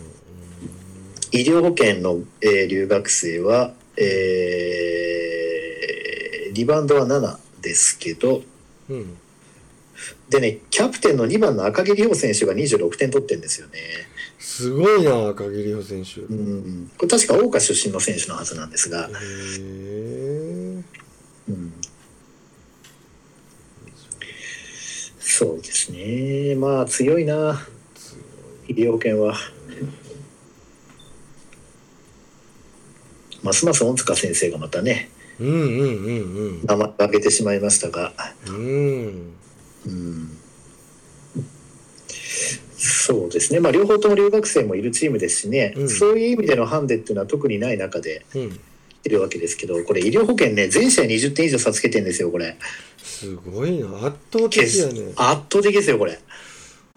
Speaker 3: 医療保険の、えー留学生は、えーリバウンドは7ですけど、
Speaker 2: うんうん
Speaker 3: でね、キャプテンの2番の赤木里帆選手が26点取ってるんですよね。
Speaker 2: すごいな赤木里帆選手
Speaker 3: う
Speaker 2: へ
Speaker 3: ん、これ確か大岡出身の選手のはずなんですが、
Speaker 2: え
Speaker 3: うん、そうですね、まあ強いな、医療圏は。ますます恩塚先生がまたね、
Speaker 2: うんうんうんうん
Speaker 3: 名前を挙げてしまいましたが、
Speaker 2: うん
Speaker 3: うん、そうですね、まあ、両方とも留学生もいるチームですしね、
Speaker 2: うん
Speaker 3: そういう意味でのハンデっていうのは特にない中で
Speaker 2: うん
Speaker 3: いるわけですけど、これ、医療保険ね、全試合20点以上差つけてるんですよ、これ。
Speaker 2: すごいな圧倒的やね
Speaker 3: 圧倒的ですよ、これ。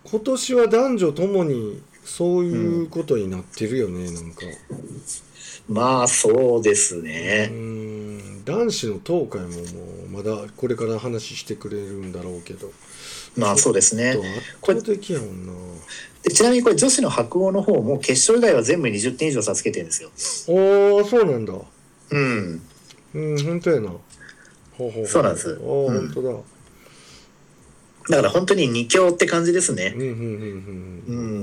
Speaker 2: 今年は男女ともにそういうことになってるよね、なんか
Speaker 3: まあ、そうです
Speaker 2: う
Speaker 3: ね。
Speaker 2: ん男子の東海ももうまだこれから話してくれるんだろうけど
Speaker 3: まあ、そうですね
Speaker 2: 圧。倒的やもんな
Speaker 3: でちなみに、これ、女子の白鵬の方も、決勝以外は全部20点以上差つけてるんですよ。
Speaker 2: おーそうなんだ
Speaker 3: うん。
Speaker 2: うん本当やなほうほうほ
Speaker 3: そうなんです
Speaker 2: おー
Speaker 3: うん
Speaker 2: 本当だ
Speaker 3: だから、本当に2強って感じですね
Speaker 2: うん。うんうん
Speaker 3: う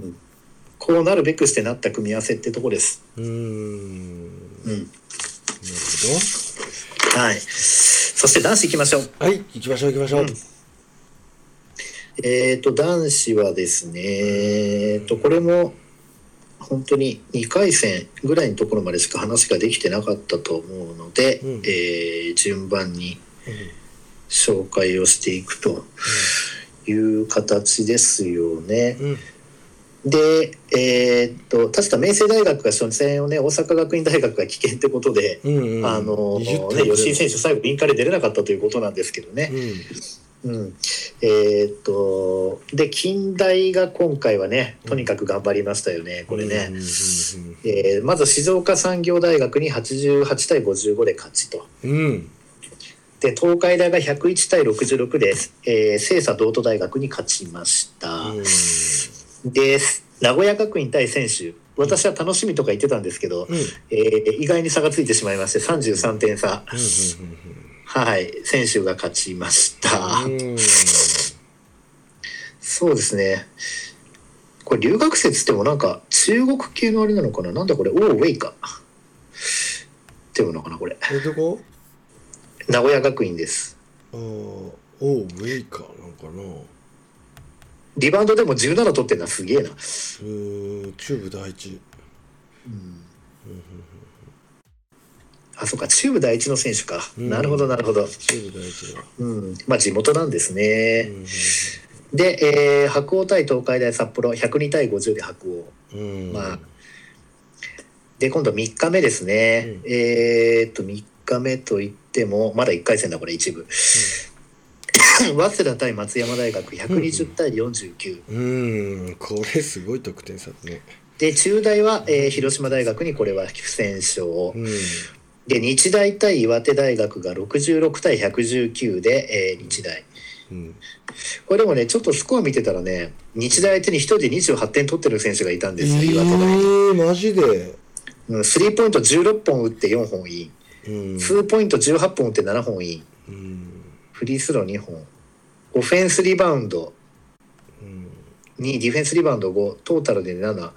Speaker 3: ん。こうなるべくしてなった組み合わせってとこです。
Speaker 2: うんうんうんなる
Speaker 3: うん。
Speaker 2: ほ
Speaker 3: はい。そして、男子いきましょう。
Speaker 2: どはい行きましょう行きましょう、
Speaker 3: えー、と男子はですね、えーとこれも本当に2回戦ぐらいのところまでしか話ができてなかったと思うので、
Speaker 2: うん
Speaker 3: えー順番に
Speaker 2: うん
Speaker 3: 紹介をしていくという形ですよね。
Speaker 2: うん
Speaker 3: で、えー、と確か明星大学が初戦をね大阪学院大学が危険ってことで、
Speaker 2: うんうん
Speaker 3: あの
Speaker 2: 20
Speaker 3: ね、
Speaker 2: 点
Speaker 3: 吉井選手最後インカレ出れなかったということなんですけどね。
Speaker 2: うん
Speaker 3: うん、えーっとで近代が今回はねとにかく頑張りましたよね、これね、えーまず静岡産業大学に88対55で勝ちと
Speaker 2: うんうん
Speaker 3: で東海大が101対66で、えー、精査道都大学に勝ちました、
Speaker 2: うん
Speaker 3: で名古屋学院対選手私は楽しみとか言ってたんですけど、
Speaker 2: うん
Speaker 3: えー意外に差がついてしまいまして33点差、はい選手が勝ちました、
Speaker 2: うんうんうんうん
Speaker 3: そうですね。これ留学説ってもなんか中国系のあれなのかななんだこれオーウェイか。ってものかなこれ。
Speaker 2: えどこ
Speaker 3: 名古屋学院です。
Speaker 2: あーおうウェイカーなんかな
Speaker 3: リバウンドでも17取ってんなすげえな。
Speaker 2: うーチューブ第一
Speaker 3: あ、そうか。中部第一の選手か。
Speaker 2: うん
Speaker 3: なるほど、なるほど。
Speaker 2: チューブ第一だ
Speaker 3: うん。まあ地元なんですね。
Speaker 2: う
Speaker 3: で、えー白鴎対東海大札幌、102対50で白鴎。
Speaker 2: んうん
Speaker 3: まあで、今度3日目ですね。
Speaker 2: う
Speaker 3: えーっと、3日目といっても、まだ1回戦だ、これ、一部。 早稲田対松山大学、120対49。
Speaker 2: うんこれすごい得点差だね
Speaker 3: で、中大は、えー広島大学にこれは不戦勝。
Speaker 2: うん
Speaker 3: で、日大対岩手大学が66対119で、えー日大。
Speaker 2: うん
Speaker 3: これでもね、ちょっとスコア見てたらね、日大相手に1人で28点取ってる選手がいたん
Speaker 2: え
Speaker 3: ですよ、岩手大。
Speaker 2: ー、マジで
Speaker 3: うん、スリーポイント16本打って4本イン。
Speaker 2: うん
Speaker 3: ツーポイント18本打って7本イ
Speaker 2: う
Speaker 3: ン。
Speaker 2: ん
Speaker 3: フリースロー2本、オフェンスリバウンド
Speaker 2: うん
Speaker 3: 2、ディフェンスリバウンド5、トータルで7、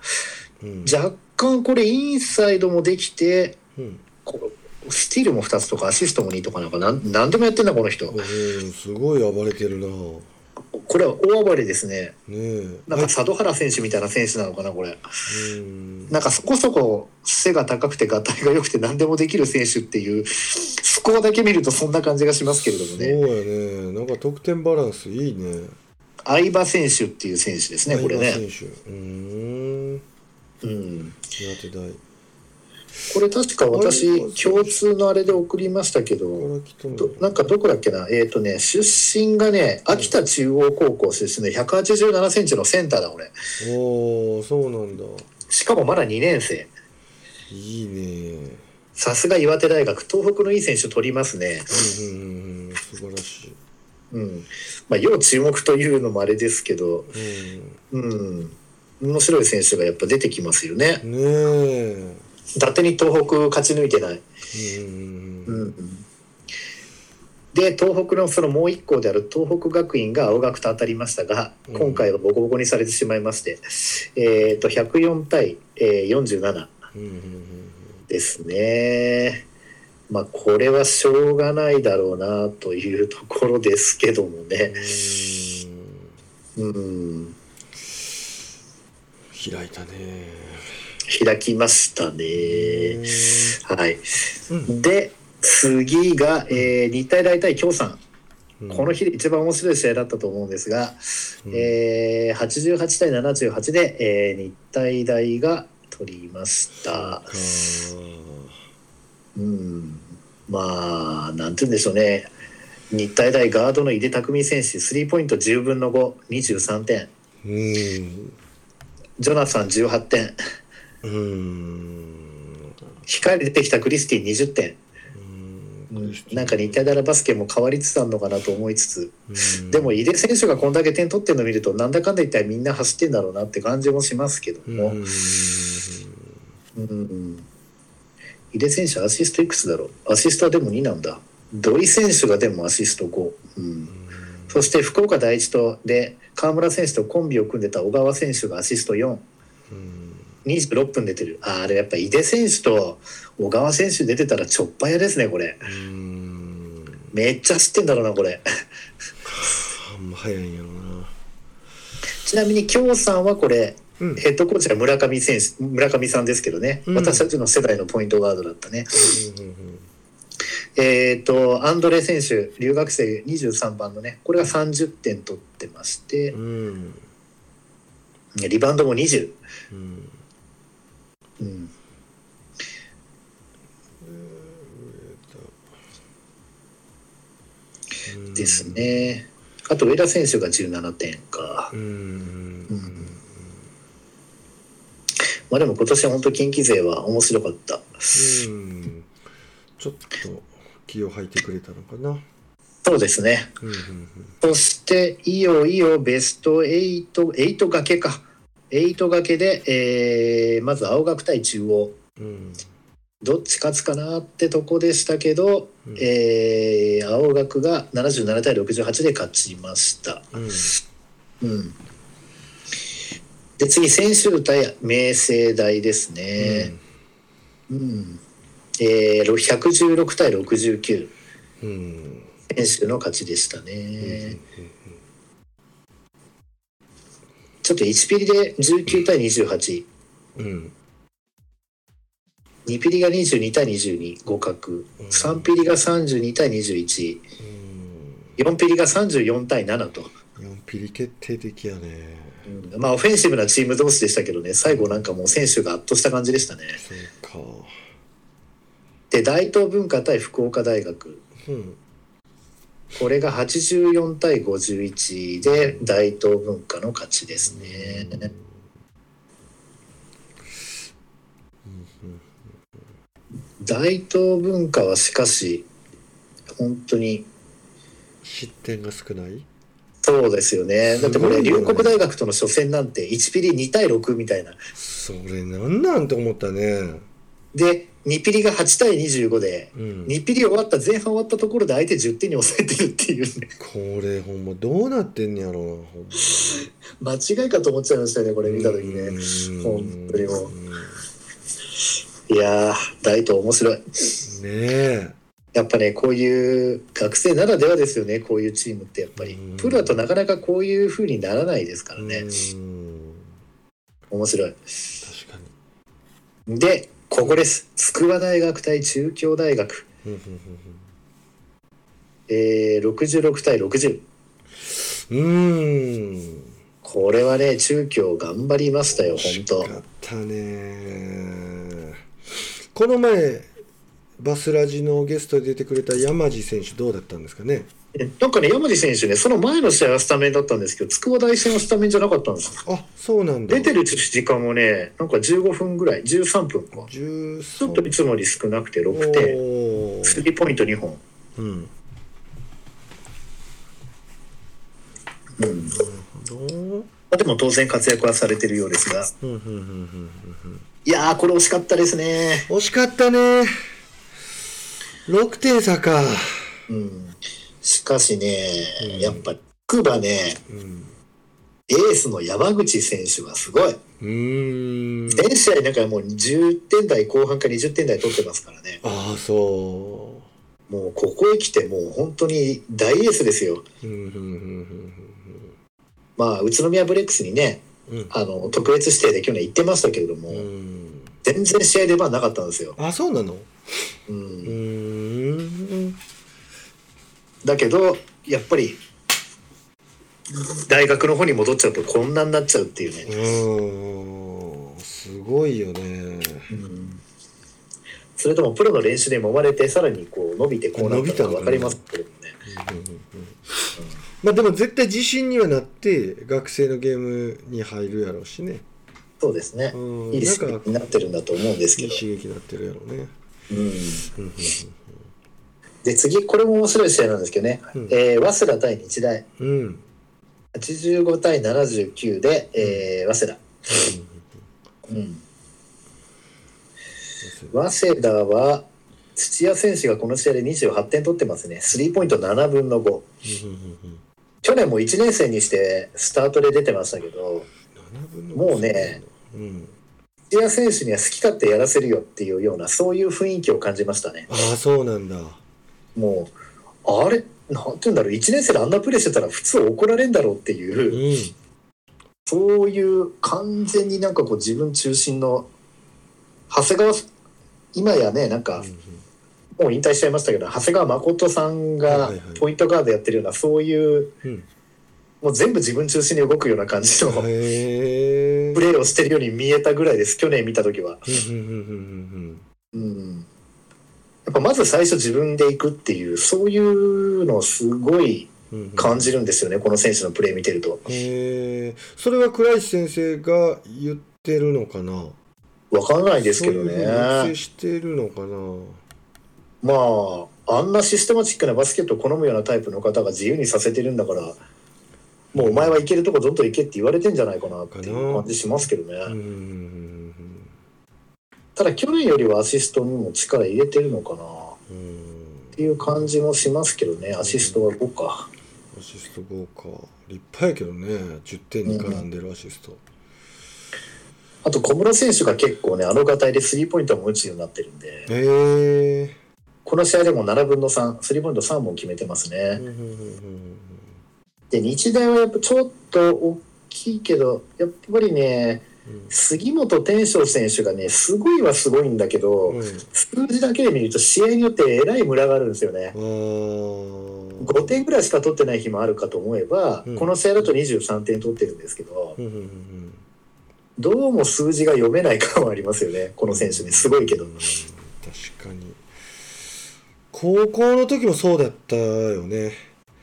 Speaker 2: うん
Speaker 3: 若干これ、インサイドもできて、
Speaker 2: うん
Speaker 3: こうスティールも2つとか、アシストも2とかなんか、なんなんでもやってんだ、この人
Speaker 2: お。ーすごい暴れてるなね
Speaker 3: これは大暴れですね。
Speaker 2: え
Speaker 3: なんか佐渡原選手みたいな選手なのかな、これ。
Speaker 2: うん
Speaker 3: なんかそこそこ背が高くて、がたいが良くて、何でもできる選手っていう、スコアだけ見るとそんな感じがしますけれどもね。
Speaker 2: そうやねなんか得点バランスいいね
Speaker 3: 相葉選手っていう選手ですね、これ
Speaker 2: 相
Speaker 3: ね。
Speaker 2: 葉選手うーん
Speaker 3: うん
Speaker 2: 岩手大
Speaker 3: これ確か私共通のあれで送りましたけ
Speaker 2: こ
Speaker 3: ど
Speaker 2: れきと
Speaker 3: どなんかどこだっけなえっ、とね出身がね秋田中央高校出身の1 8 7センチのセンターだ俺
Speaker 2: おおそうなんだ
Speaker 3: しかもまだ2年生
Speaker 2: いいね
Speaker 3: さすが岩手大学東北のいい選手取りますね
Speaker 2: うんうんうん素晴らし
Speaker 3: うんまあ要注目というのもあれですけど
Speaker 2: い、うん
Speaker 3: うん面白い選手がやっぱ出てきますよね
Speaker 2: ねえ。
Speaker 3: 伊達に東北勝ち抜いてない
Speaker 2: うん
Speaker 3: うんうんで東北のそのもう一校である東北学院が青学と当たりましたが
Speaker 2: うん
Speaker 3: 今回はボコボコにされてしまいまして、えー、と104対、えー47
Speaker 2: うんうん
Speaker 3: ですね。まあこれはしょうがないだろうなというところですけどもね。うん
Speaker 2: 開いたね。
Speaker 3: 開きましたね。はい、で次が、えー日体大対京産。この
Speaker 2: 人、
Speaker 3: 日で一番面白い試合だったと思うんですが、えー88対78で、えー日体大が取りました。うん、まあ、なんて言うんでしょうね、日体大ガードの井出拓海選手、スリーポイント10分の5、23点、
Speaker 2: うん。
Speaker 3: ジョナサン18点、
Speaker 2: うん。
Speaker 3: 控えで出てきたクリスティン20点、なんか日体大のバスケも変わりつつあるのかなと思いつつ、でも、井出選手がこんだけ点取ってるのを見ると、なんだかんだ言ったらみんな走ってんだろうなって感じもしますけど
Speaker 2: う
Speaker 3: も。
Speaker 2: ん。
Speaker 3: うん井出選手アシストいくつだろうアシストはでも2なんだ土井選手がでもアシスト5、うん、そして福岡第一とで川村選手とコンビを組んでた小川選手がアシスト426分出てるあーあれやっぱ井出選手と小川選手出てたらちょっぱやですねこれめっちゃ知ってんだろうなこれ
Speaker 2: あんま早いんやろな。
Speaker 3: ちなみに京さんはこれ
Speaker 2: うん。
Speaker 3: ヘッドコーチが村上選手村上さんですけどね、
Speaker 2: うん
Speaker 3: 私たちの世代のポイントガードだったねえー、とアンドレ選手、留学生23番のね、これが30点取ってまして、
Speaker 2: うん。
Speaker 3: リバウンドも20、
Speaker 2: うん。
Speaker 3: うん、ですね。あと上田選手が17点か
Speaker 2: う。ん
Speaker 3: うんまあでも今年は本当近畿勢は面白かった。
Speaker 2: うんちょっと気を吐いてくれたのかな。
Speaker 3: そうですね。
Speaker 2: うんうん
Speaker 3: そして、いよいよベスト8、8掛けか。8掛けで、えーまず青学対中央。
Speaker 2: うんうん
Speaker 3: どっち勝つかなってとこでしたけど、
Speaker 2: うん
Speaker 3: えー青学が77対68で勝ちました。
Speaker 2: うん
Speaker 3: うん、で次、専修対明星大ですね。うんえー116対69、
Speaker 2: うんうん
Speaker 3: 専修の勝ちでした
Speaker 2: うん
Speaker 3: ね。ちょっと1ピリで19対28、
Speaker 2: うん
Speaker 3: 2ピリが22対22、互角、
Speaker 2: うん
Speaker 3: 3ピリが32対21、4ピリが34対7と。
Speaker 2: 4ピリ決定的やね。
Speaker 3: うんまあ、オフェンシブなチーム同士でしたけどね、最後なんかもう選手が圧倒した感じでしたね。
Speaker 2: そうか。
Speaker 3: で、大東文化対福岡大学。
Speaker 2: うん
Speaker 3: これが84対51で大東文化の勝ちですね。大東文化はしかし、本当に
Speaker 2: 失点が少ない。
Speaker 3: そうですよね。だってこ
Speaker 2: す
Speaker 3: れ、
Speaker 2: ごいよね
Speaker 3: 龍谷大学との初戦なんて1ピリ2対6みたいな。
Speaker 2: それなんなんと思ったね。
Speaker 3: で、2ピリが8対25で、
Speaker 2: うん、
Speaker 3: 2ピリ終わった、前半終わったところで相手10点に抑えてるっていうね。
Speaker 2: これほんまどうなってんねやろうな。ほんま
Speaker 3: 間違いかと思っちゃいましたよね、これ見た時ね。
Speaker 2: うん
Speaker 3: 本当にもういやー、大東面白い。
Speaker 2: ねえ。
Speaker 3: やっぱね、こういう学生ならではですよね、こういうチームってやっぱり
Speaker 2: うん。
Speaker 3: プロだとなかなかこういう風にならないですからね。
Speaker 2: うん
Speaker 3: 面白い。
Speaker 2: 確かに。
Speaker 3: で、ここです。筑波大学対中京大学。
Speaker 2: うんうんうんうん
Speaker 3: えー、66対60。
Speaker 2: うーん。
Speaker 3: これはね、中京頑張りましたよ、
Speaker 2: 惜
Speaker 3: 本
Speaker 2: し
Speaker 3: 当
Speaker 2: かったね。この前、バスラジのゲストで出てくれた山地選手、どうだったんですかね。
Speaker 3: えなんかね、山地選手ね、その前の試合はスタメンだったんですけど、筑波大戦はスタメンじゃなかったんですよ。
Speaker 2: あそうなんだ。
Speaker 3: 出てる時間もね、なんか15分ぐらい、13分か。
Speaker 2: 13
Speaker 3: ちょっといつもより少なくて6点、
Speaker 2: お
Speaker 3: ス
Speaker 2: ー
Speaker 3: リーポイント2本。
Speaker 2: うん。な
Speaker 3: うん
Speaker 2: るほど。
Speaker 3: でも当然活躍はされてるようですが、
Speaker 2: うんうんうんうん
Speaker 3: いやー、これ惜しかったですね。
Speaker 2: 惜しかったね。6点差か。
Speaker 3: うん、しかしね
Speaker 2: う、ん
Speaker 3: やっぱ、筑波ね、
Speaker 2: うん。
Speaker 3: エースの山口選手がすごい。
Speaker 2: うーん。
Speaker 3: 全試合なんかもう10点台後半か20点台取ってますからね。
Speaker 2: ああ、そ
Speaker 3: もうここへ来てもう本当に大エースですよ。
Speaker 2: う。うんうんうん
Speaker 3: まあ、宇都宮ブレックスにね、
Speaker 2: うんうん
Speaker 3: あの、特別指定で去年行ってましたけれども、
Speaker 2: うん。うん。
Speaker 3: 全然試合出番なかったんですよ。
Speaker 2: あ、そうなの
Speaker 3: う、
Speaker 2: うんーん。
Speaker 3: だけど、やっぱり、大学の方に戻っちゃうとこんなになっちゃうっていうね。
Speaker 2: うーんすごいよね。
Speaker 3: それともプロの練習で揉まれてさらにこう伸びてこうなったのが分かりますけどね。
Speaker 2: まあでも絶対自信にはなって学生のゲームに入るやろうしね。
Speaker 3: そうですね
Speaker 2: う。ん
Speaker 3: いい
Speaker 2: な
Speaker 3: 刺
Speaker 2: んか
Speaker 3: 激になってるんだと思うんです
Speaker 2: い
Speaker 3: け
Speaker 2: い刺
Speaker 3: ど。
Speaker 2: 激になってるやろうね。
Speaker 3: うん
Speaker 2: うんうん
Speaker 3: で次これも面白い試合なんですけどね。
Speaker 2: うん
Speaker 3: えー早稲田対日大
Speaker 2: うんうんうん
Speaker 3: 85対79で、えー早稲田。うん早稲田は土屋選手がこの試合で28点取ってますね。スリーポイント7分の
Speaker 2: うん
Speaker 3: 5。
Speaker 2: うんうん
Speaker 3: 去年も1年生にしてスタートで出てましたけど、
Speaker 2: 七分の
Speaker 3: もうね
Speaker 2: うん、
Speaker 3: 土屋選手には好き勝手やらせるよっていうような、そういう雰囲気を感じましたね。
Speaker 2: ああそうなんだ。
Speaker 3: もう、あれ、なんて言うんだろう、1年生であんなプレーしてたら普通怒られんだろうって
Speaker 2: う
Speaker 3: いう、
Speaker 2: ん
Speaker 3: そういう完全になんかこう自分中心の、長谷川、今やね、なんかもう引退しちゃいましたけど、長谷川誠さん
Speaker 2: は
Speaker 3: が
Speaker 2: いはい
Speaker 3: ポイントガードやってるような、そういう、
Speaker 2: うん
Speaker 3: もう全部自分中心に動くような感じの
Speaker 2: うん。へえ
Speaker 3: プ。レーをしてるように見えたぐらいです、去年見たときは。
Speaker 2: うんうんうんうん
Speaker 3: うんやっぱまず最初自分で行くっていうそういうのすごい
Speaker 2: うんうん
Speaker 3: 感じるんですよね、この選手のプレー見てると。
Speaker 2: へえそれは倉石先生が言ってるのかな
Speaker 3: わかんないですけど
Speaker 2: そういうふうに抑制
Speaker 3: ね。
Speaker 2: してるのかな
Speaker 3: まあ、あんなシステマチックなバスケットを好むようなタイプの方が自由にさせてるんだから、もうお前は行けるとこどんどん行けって言われてんじゃないかなっていう感じしますけどね。
Speaker 2: うんうんうん
Speaker 3: ただ去年よりはアシストにも力入れてるのかなっ
Speaker 2: うんうん
Speaker 3: ていう感じもしますけどね、アシストは5か。
Speaker 2: アシスト5か立派やけどね10点に絡んでるアシスト、
Speaker 3: あと小室選手が結構ね、あの形でスリーポイントも打つようになってるんで、
Speaker 2: へえ
Speaker 3: この試合でも7分の3、スリーポイント3本決めてます
Speaker 2: う
Speaker 3: ね
Speaker 2: ん。うんうん
Speaker 3: で、日大はやっぱちょっと大きいけど、やっぱりね、
Speaker 2: うん
Speaker 3: 杉本天翔選手がね、すごいはすごいんだけど、
Speaker 2: うん
Speaker 3: 数字だけで見ると試合によってえらいムラがあるんですよね。
Speaker 2: うんああ
Speaker 3: 5点ぐらいしか取ってない日もあるかと思えば、
Speaker 2: うん
Speaker 3: この試合だと23点取ってるんですけど、
Speaker 2: うんうんうんうん
Speaker 3: どうも数字が読めない感はありますよね、 この選手ね。すごいけど
Speaker 2: うん。確かに高校の時もそうだったよね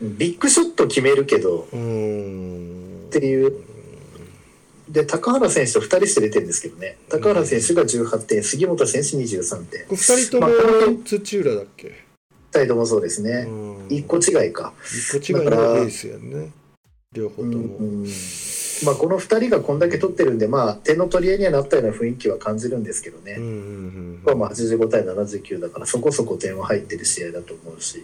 Speaker 3: ビッグショット決めるけど、
Speaker 2: うーん
Speaker 3: っていう。で、高原選手と2人して出てるんですけどね。高原選手が18点、杉本選手23点。
Speaker 2: これ二人と
Speaker 3: まあこの
Speaker 2: も
Speaker 3: 辺
Speaker 2: 土浦だっけ、
Speaker 3: 2人ともそうです
Speaker 2: う
Speaker 3: ね。
Speaker 2: ん
Speaker 3: 1個違いか。
Speaker 2: 一個違いの
Speaker 3: だから
Speaker 2: エースやんね両方と
Speaker 3: うん
Speaker 2: も、
Speaker 3: うんまあ、この2人がこんだけ取ってるんで、まあ、点の取り合いにはなったような雰囲気は感じるんですけどね。
Speaker 2: うんうんうん
Speaker 3: まあ、まあ85対79だからそこそこ点は入ってる試合だと思うし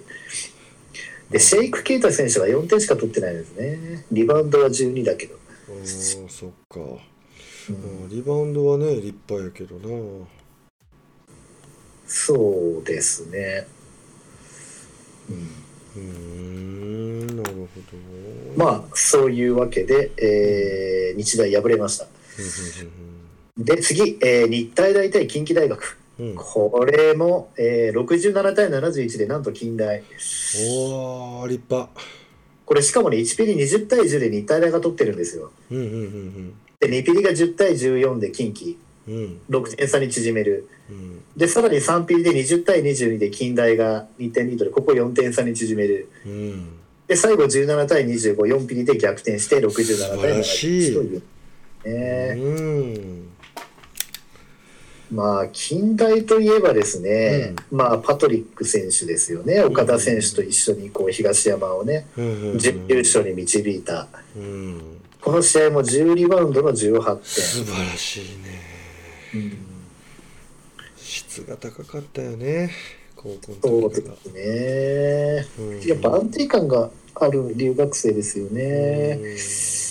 Speaker 3: でシェイク・ケイタ選手は4点しか取ってないですねリバウンドは12だけど、
Speaker 2: あーそっか、
Speaker 3: う
Speaker 2: あ
Speaker 3: ん
Speaker 2: ーリバウンドはね立派やけどな
Speaker 3: そうですね、うん
Speaker 2: うーんなるほど
Speaker 3: まあそういうわけで、えー日大敗れましたで次、えー日体大対近畿大学
Speaker 2: うんうんうんうん
Speaker 3: これも、えー67対71でなんと近大
Speaker 2: おお立派
Speaker 3: これしかもね1ピリ20対10で日体大が取ってるんですよ
Speaker 2: うんうんうん
Speaker 3: で2ピリが10対14で近畿
Speaker 2: うんうん
Speaker 3: 6点差に縮める
Speaker 2: うん
Speaker 3: でさらに3ピリで20対22で近代が2点リードでここ4点差に縮める
Speaker 2: うん
Speaker 3: で最後17対254ピリで逆転して67対
Speaker 2: 素晴らしい
Speaker 3: 71という、ね
Speaker 2: うん
Speaker 3: まあ近代といえばですね、まあ、パトリック選手ですよね岡田選手と一緒にこう東山をね
Speaker 2: うんうんうん
Speaker 3: 準優勝に導いた
Speaker 2: うん
Speaker 3: この試合も10リバウンドの18
Speaker 2: 素晴らしいね
Speaker 3: 点。うん
Speaker 2: 質が高かったよね高校
Speaker 3: そ
Speaker 2: の
Speaker 3: う
Speaker 2: 時が
Speaker 3: ですね、
Speaker 2: うん
Speaker 3: やっぱ安定感がある留学生ですよね、
Speaker 2: うん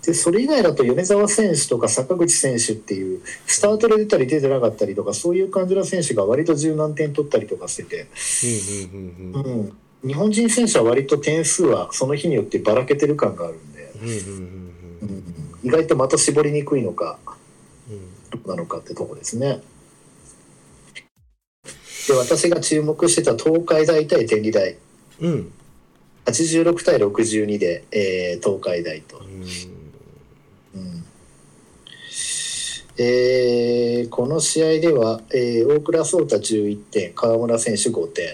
Speaker 3: でそれ以外だと米沢選手とか坂口選手っていうスタートで出たり出てなかったりとかそういう感じの選手が割と柔軟点取ったりとかしてて、
Speaker 2: うんうんうんうん
Speaker 3: うん、日本人選手は割と点数はその日によってばらけてる感があるんで、
Speaker 2: うんうんう
Speaker 3: うん
Speaker 2: うん
Speaker 3: ん、意外とまた絞りにくいのか
Speaker 2: うん
Speaker 3: どうなのかってとこですね。で私が注目してた東海大対天理大
Speaker 2: うん
Speaker 3: 86対62で、えー東海大と、うんえーこの試合では、えー大倉颯太11点川村選手5点、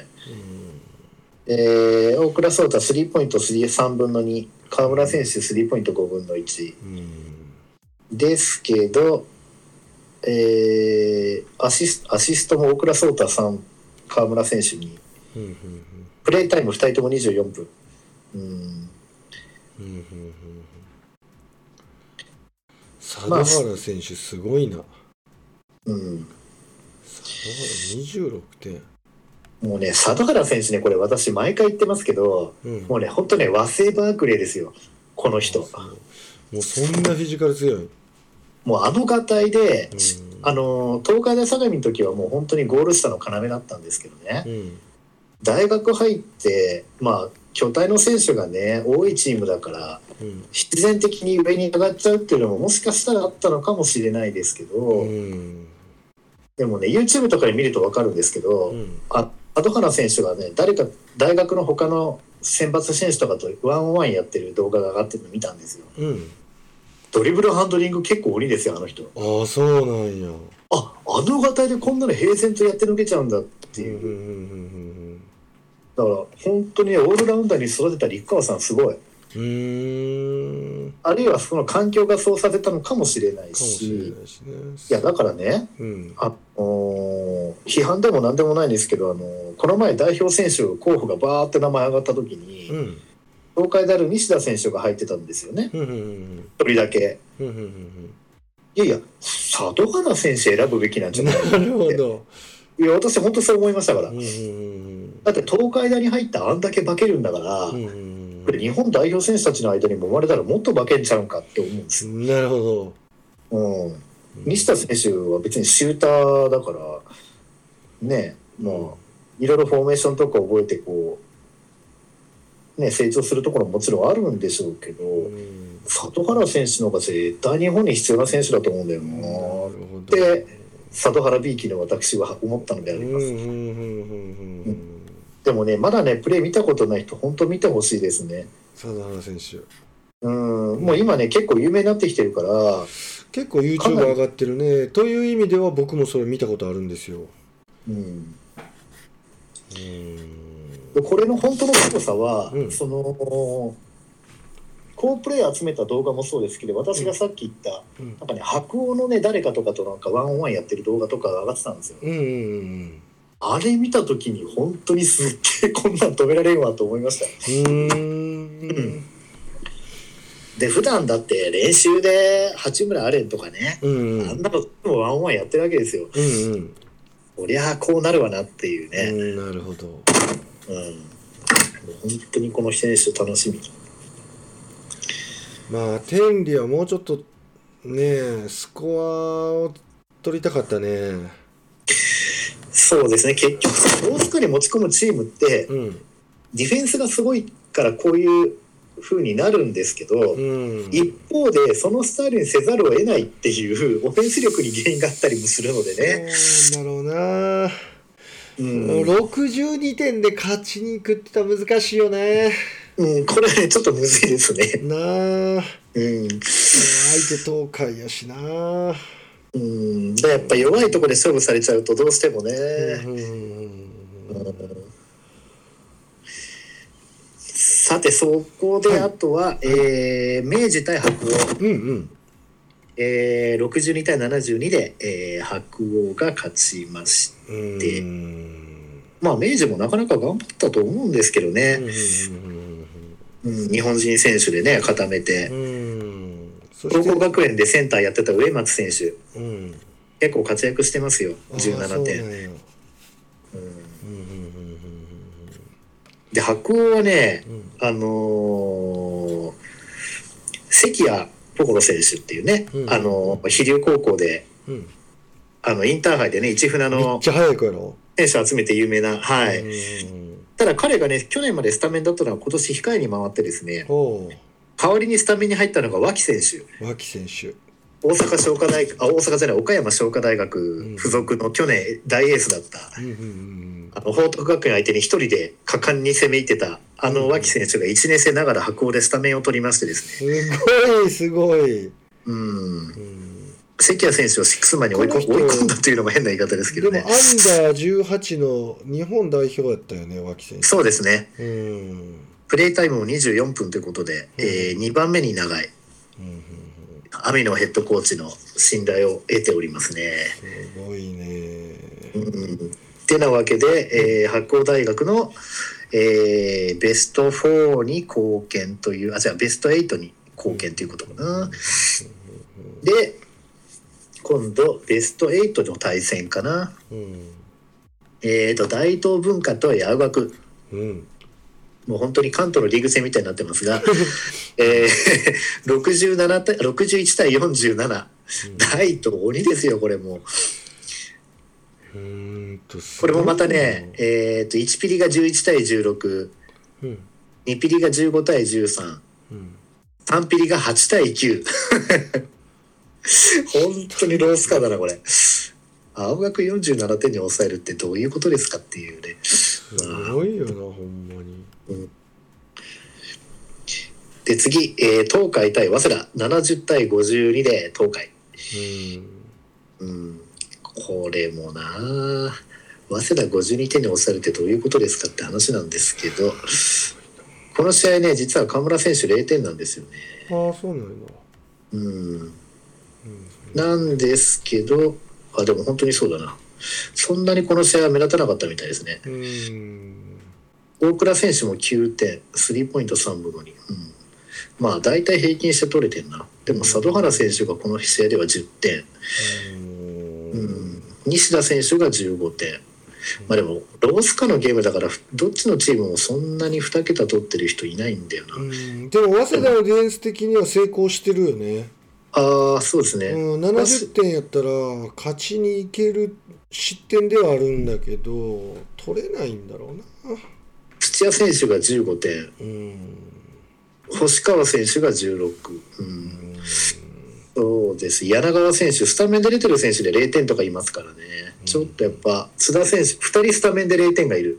Speaker 3: えー大倉颯太スリーポイント3分の2川村選手スリーポイント5分の1
Speaker 2: うん
Speaker 3: ですけど、えーアシスアシストも大倉颯太3川村選手に
Speaker 2: うんうん
Speaker 3: プレータイム2人とも24分。うん
Speaker 2: うんうんうん佐賀原選手すごいな
Speaker 3: うん
Speaker 2: 佐賀原26点
Speaker 3: もうね、佐渡原選手ね、これ私毎回言ってますけど、
Speaker 2: うん
Speaker 3: もうね、本当ね、和製バークレーですよ、この人。
Speaker 2: もうそんなフィジカル強い
Speaker 3: もうあのがたいで、
Speaker 2: うん
Speaker 3: あの、東海大相模の時はもう本当にゴール下の要だったんですけどね、
Speaker 2: うん
Speaker 3: 大学入って、まあ、巨体の選手がね、多いチームだから、
Speaker 2: うん
Speaker 3: 必然的に上に上がっちゃうっていうのも、もしかしたらあったのかもしれないですけど、
Speaker 2: うん
Speaker 3: でもね、YouTube とかで見ると分かるんですけど、
Speaker 2: うん
Speaker 3: あ後原選手がね誰か大学の他の選抜選手とかとワンオンワンやってる動画が上がってるの見たんですよ
Speaker 2: うん
Speaker 3: ドリブルハンドリング結構鬼ですよあの人
Speaker 2: ああそうなんや
Speaker 3: ああの形でこんなの平然とやってのけちゃうんだって
Speaker 2: うんうん
Speaker 3: いう、
Speaker 2: うんうん
Speaker 3: だから本当にねオールラウンダーに育てた陸川さんすごい。
Speaker 2: うーんか
Speaker 3: あるいはその環境がそうさせたのかもしれない
Speaker 2: も
Speaker 3: し、
Speaker 2: しれ
Speaker 3: い
Speaker 2: ないしね
Speaker 3: やだからね、
Speaker 2: うん
Speaker 3: あのー批判でも何でもないんですけど、あのーこの前代表選手候補がバーって名前上がった時に、
Speaker 2: うん
Speaker 3: 東海である西田選手が入ってたんですよね、
Speaker 2: うんうんうん
Speaker 3: 一人だけ。
Speaker 2: うんうんうんうん
Speaker 3: いやいや、里原選手選ぶべきなんじゃない
Speaker 2: なるほど
Speaker 3: いや、私本当そう思いましたから
Speaker 2: うん。うん
Speaker 3: だって東海大に入ったあんだけ化けるんだから、
Speaker 2: うんうん
Speaker 3: これ日本代表選手たちの間にも生まれたらもっと化けんちゃうんかって思うんですよ。
Speaker 2: うんなるほど
Speaker 3: うん、西田選手は別にシューターだから、ねえ、まあ、いろいろフォーメーションとか覚えて、こう、ねえ、成長するところももちろんあるんでしょうけど、
Speaker 2: うん
Speaker 3: 里原選手の方が絶対日本に必要な選手だと思うんだよ
Speaker 2: なる
Speaker 3: な。
Speaker 2: ほど
Speaker 3: で里原 B 期の私は思ったのであ
Speaker 2: うん
Speaker 3: り
Speaker 2: う
Speaker 3: ま
Speaker 2: ん
Speaker 3: す。
Speaker 2: うんうんうん
Speaker 3: でもね、まだね、プレー見たことない人、本当見てほしいですね。
Speaker 2: 佐田原選手
Speaker 3: うん、もう今ね、結構有名になってきてるから、
Speaker 2: 結構 YouTube 上がってるねという意味では僕もそれ見たことあるんですよ
Speaker 3: うん、
Speaker 2: うん
Speaker 3: でこれの本当の凄さは、
Speaker 2: うん
Speaker 3: その、好プレー集めた動画もそうですけど、私がさっき言った、
Speaker 2: うん
Speaker 3: なんかね、白鵬のね、誰かとかとなんかワンオンワンやってる動画とかが上がってたんですよ。
Speaker 2: うんうん
Speaker 3: あれ見た時に、本当にすっげえこんなん止められんわと思いました。
Speaker 2: うんうんうん
Speaker 3: で、普段だって練習で八村アレンとかね、
Speaker 2: うん
Speaker 3: あんなこともワンオンワンやってるわけですよ。
Speaker 2: うんうん
Speaker 3: そりゃあこうなるわなっていうね。
Speaker 2: うんなるほど
Speaker 3: うん、本当にこの選手楽しみ。
Speaker 2: まあ天理はもうちょっとねスコアを取りたかったね
Speaker 3: そうですね、結局、ロースコアに持ち込むチームって、
Speaker 2: うん
Speaker 3: ディフェンスがすごいからこういう風になるんですけど、
Speaker 2: うん
Speaker 3: 一方で、そのスタイルにせざるを得ないっていう、オフェンス力に原因があったりもするのでね。
Speaker 2: そうなんだろうな
Speaker 3: うん、
Speaker 2: 62点で勝ちに行くって言ったら難しいよね
Speaker 3: うんこれはね、ちょっとむずいですね。
Speaker 2: なあ
Speaker 3: うん
Speaker 2: 相手東海やしなあ
Speaker 3: うん、でやっぱ弱いところで勝負されちゃうと、どうしてもね。
Speaker 2: うんうんうん
Speaker 3: さて、そこで、あとは、えー明治対白鵬。
Speaker 2: うん
Speaker 3: えー、62対72で、えー白鵬が勝ちまし
Speaker 2: うん
Speaker 3: で
Speaker 2: うん
Speaker 3: まあ明治もなかなか頑張ったと思うんですけど
Speaker 2: う
Speaker 3: ね、
Speaker 2: んうん
Speaker 3: うん日本人選手でね固めて
Speaker 2: うんうんそ
Speaker 3: 高
Speaker 2: して
Speaker 3: 校学園でセンターやってた植松選手
Speaker 2: うん
Speaker 3: 結構活躍してますよ
Speaker 2: ああそうな
Speaker 3: 17
Speaker 2: ん
Speaker 3: 点
Speaker 2: や
Speaker 3: う
Speaker 2: うん
Speaker 3: ん
Speaker 2: うんうん
Speaker 3: で白鵬はね
Speaker 2: うんうん
Speaker 3: あのー関谷心選手っていうね、
Speaker 2: うん
Speaker 3: あのー飛龍高校で
Speaker 2: うんうん
Speaker 3: あのインターハイでね市船
Speaker 2: めっ
Speaker 3: の
Speaker 2: ちゃ早い子やろ
Speaker 3: 選手集めて有名なはい、
Speaker 2: うん
Speaker 3: ただ彼がね去年までスタメンだったのは今年控えに回ってですね
Speaker 2: おう
Speaker 3: 代わりにスタメンに入ったのが脇選手
Speaker 2: 脇選手
Speaker 3: 大阪商科大あ大阪じゃない岡山商科大学附属の去年大エースだった、
Speaker 2: うんうん
Speaker 3: あの報徳学園相手に一人で果敢に攻め入ってたあの脇選手が1年生ながら白鵬でスタメンを取りましてですね
Speaker 2: すごいすごい、
Speaker 3: うん
Speaker 2: うん、
Speaker 3: 関谷選手をシックスマンに追い込
Speaker 2: こ
Speaker 3: 追い
Speaker 2: の人
Speaker 3: 込んだというのも変な言い方ですけ
Speaker 2: で
Speaker 3: ど
Speaker 2: もアン
Speaker 3: ね
Speaker 2: ダー18の日本代表やったよね脇選
Speaker 3: そうですね
Speaker 2: 手うん
Speaker 3: プレータイムも24分ということで、え2番目に長い
Speaker 2: うんうん
Speaker 3: 網野ヘッドコーチの信頼を得ておりますね。
Speaker 2: すごいね
Speaker 3: うんてなわけで、えー白鴎大学の、えーベスト4に貢献というあじゃあベスト8に貢献ということかな。で今度ベスト8の対戦かな。
Speaker 2: うん
Speaker 3: えー、と大東文化と八百学
Speaker 2: うん
Speaker 3: もう本当に関東のリーグ戦みたいになってますが、えー、67対61対47大東鬼ですよこれもう。
Speaker 2: うーんとす
Speaker 3: こ
Speaker 2: ごい
Speaker 3: れ
Speaker 2: な
Speaker 3: もまたね、えー、と1ピリが11対16。
Speaker 2: うん
Speaker 3: 2ピリが15対133
Speaker 2: うん
Speaker 3: ピリが8対9 本当にロースカーだなこれ青学47点に抑えるってどういうことですかっていうね
Speaker 2: すごいよなほんまに
Speaker 3: で次、えー東海対早稲田70対52で東海
Speaker 2: うん
Speaker 3: うんこれもなあ早稲田52点に押されてどういうことですかって話なんですけど、この試合ね、実は河村選手0点なんですよね。
Speaker 2: ああそうなんだ、
Speaker 3: うん。
Speaker 2: うん、
Speaker 3: なんですけど、あ、でも本当にそうだな。そんなにこの試合は目立たなかったみたいですね。
Speaker 2: うーん
Speaker 3: 大倉選手も9点、スリーポイント3分の2。うん、まあ、大体平均して取れてんな。でも、佐渡原選手がこの試合では10点、
Speaker 2: う
Speaker 3: うんん、西田選手が15点。まあでも、ロースカのゲームだから、どっちのチームもそんなに2桁取ってる人いないんだよな。
Speaker 2: うんでも早稲田のディフェンス的には成功してるよね、
Speaker 3: ああ、そうですね。
Speaker 2: うん、70点やったら勝ちにいける失点ではあるんだけど取れないんだろうな
Speaker 3: 土屋選手が15点、
Speaker 2: うん
Speaker 3: 星川選手が16。うんそうです柳川選手、スタメンで出てる選手で0点とかいますからね、ちょっとやっぱ、津田選手、2人スタメンで0点がいる、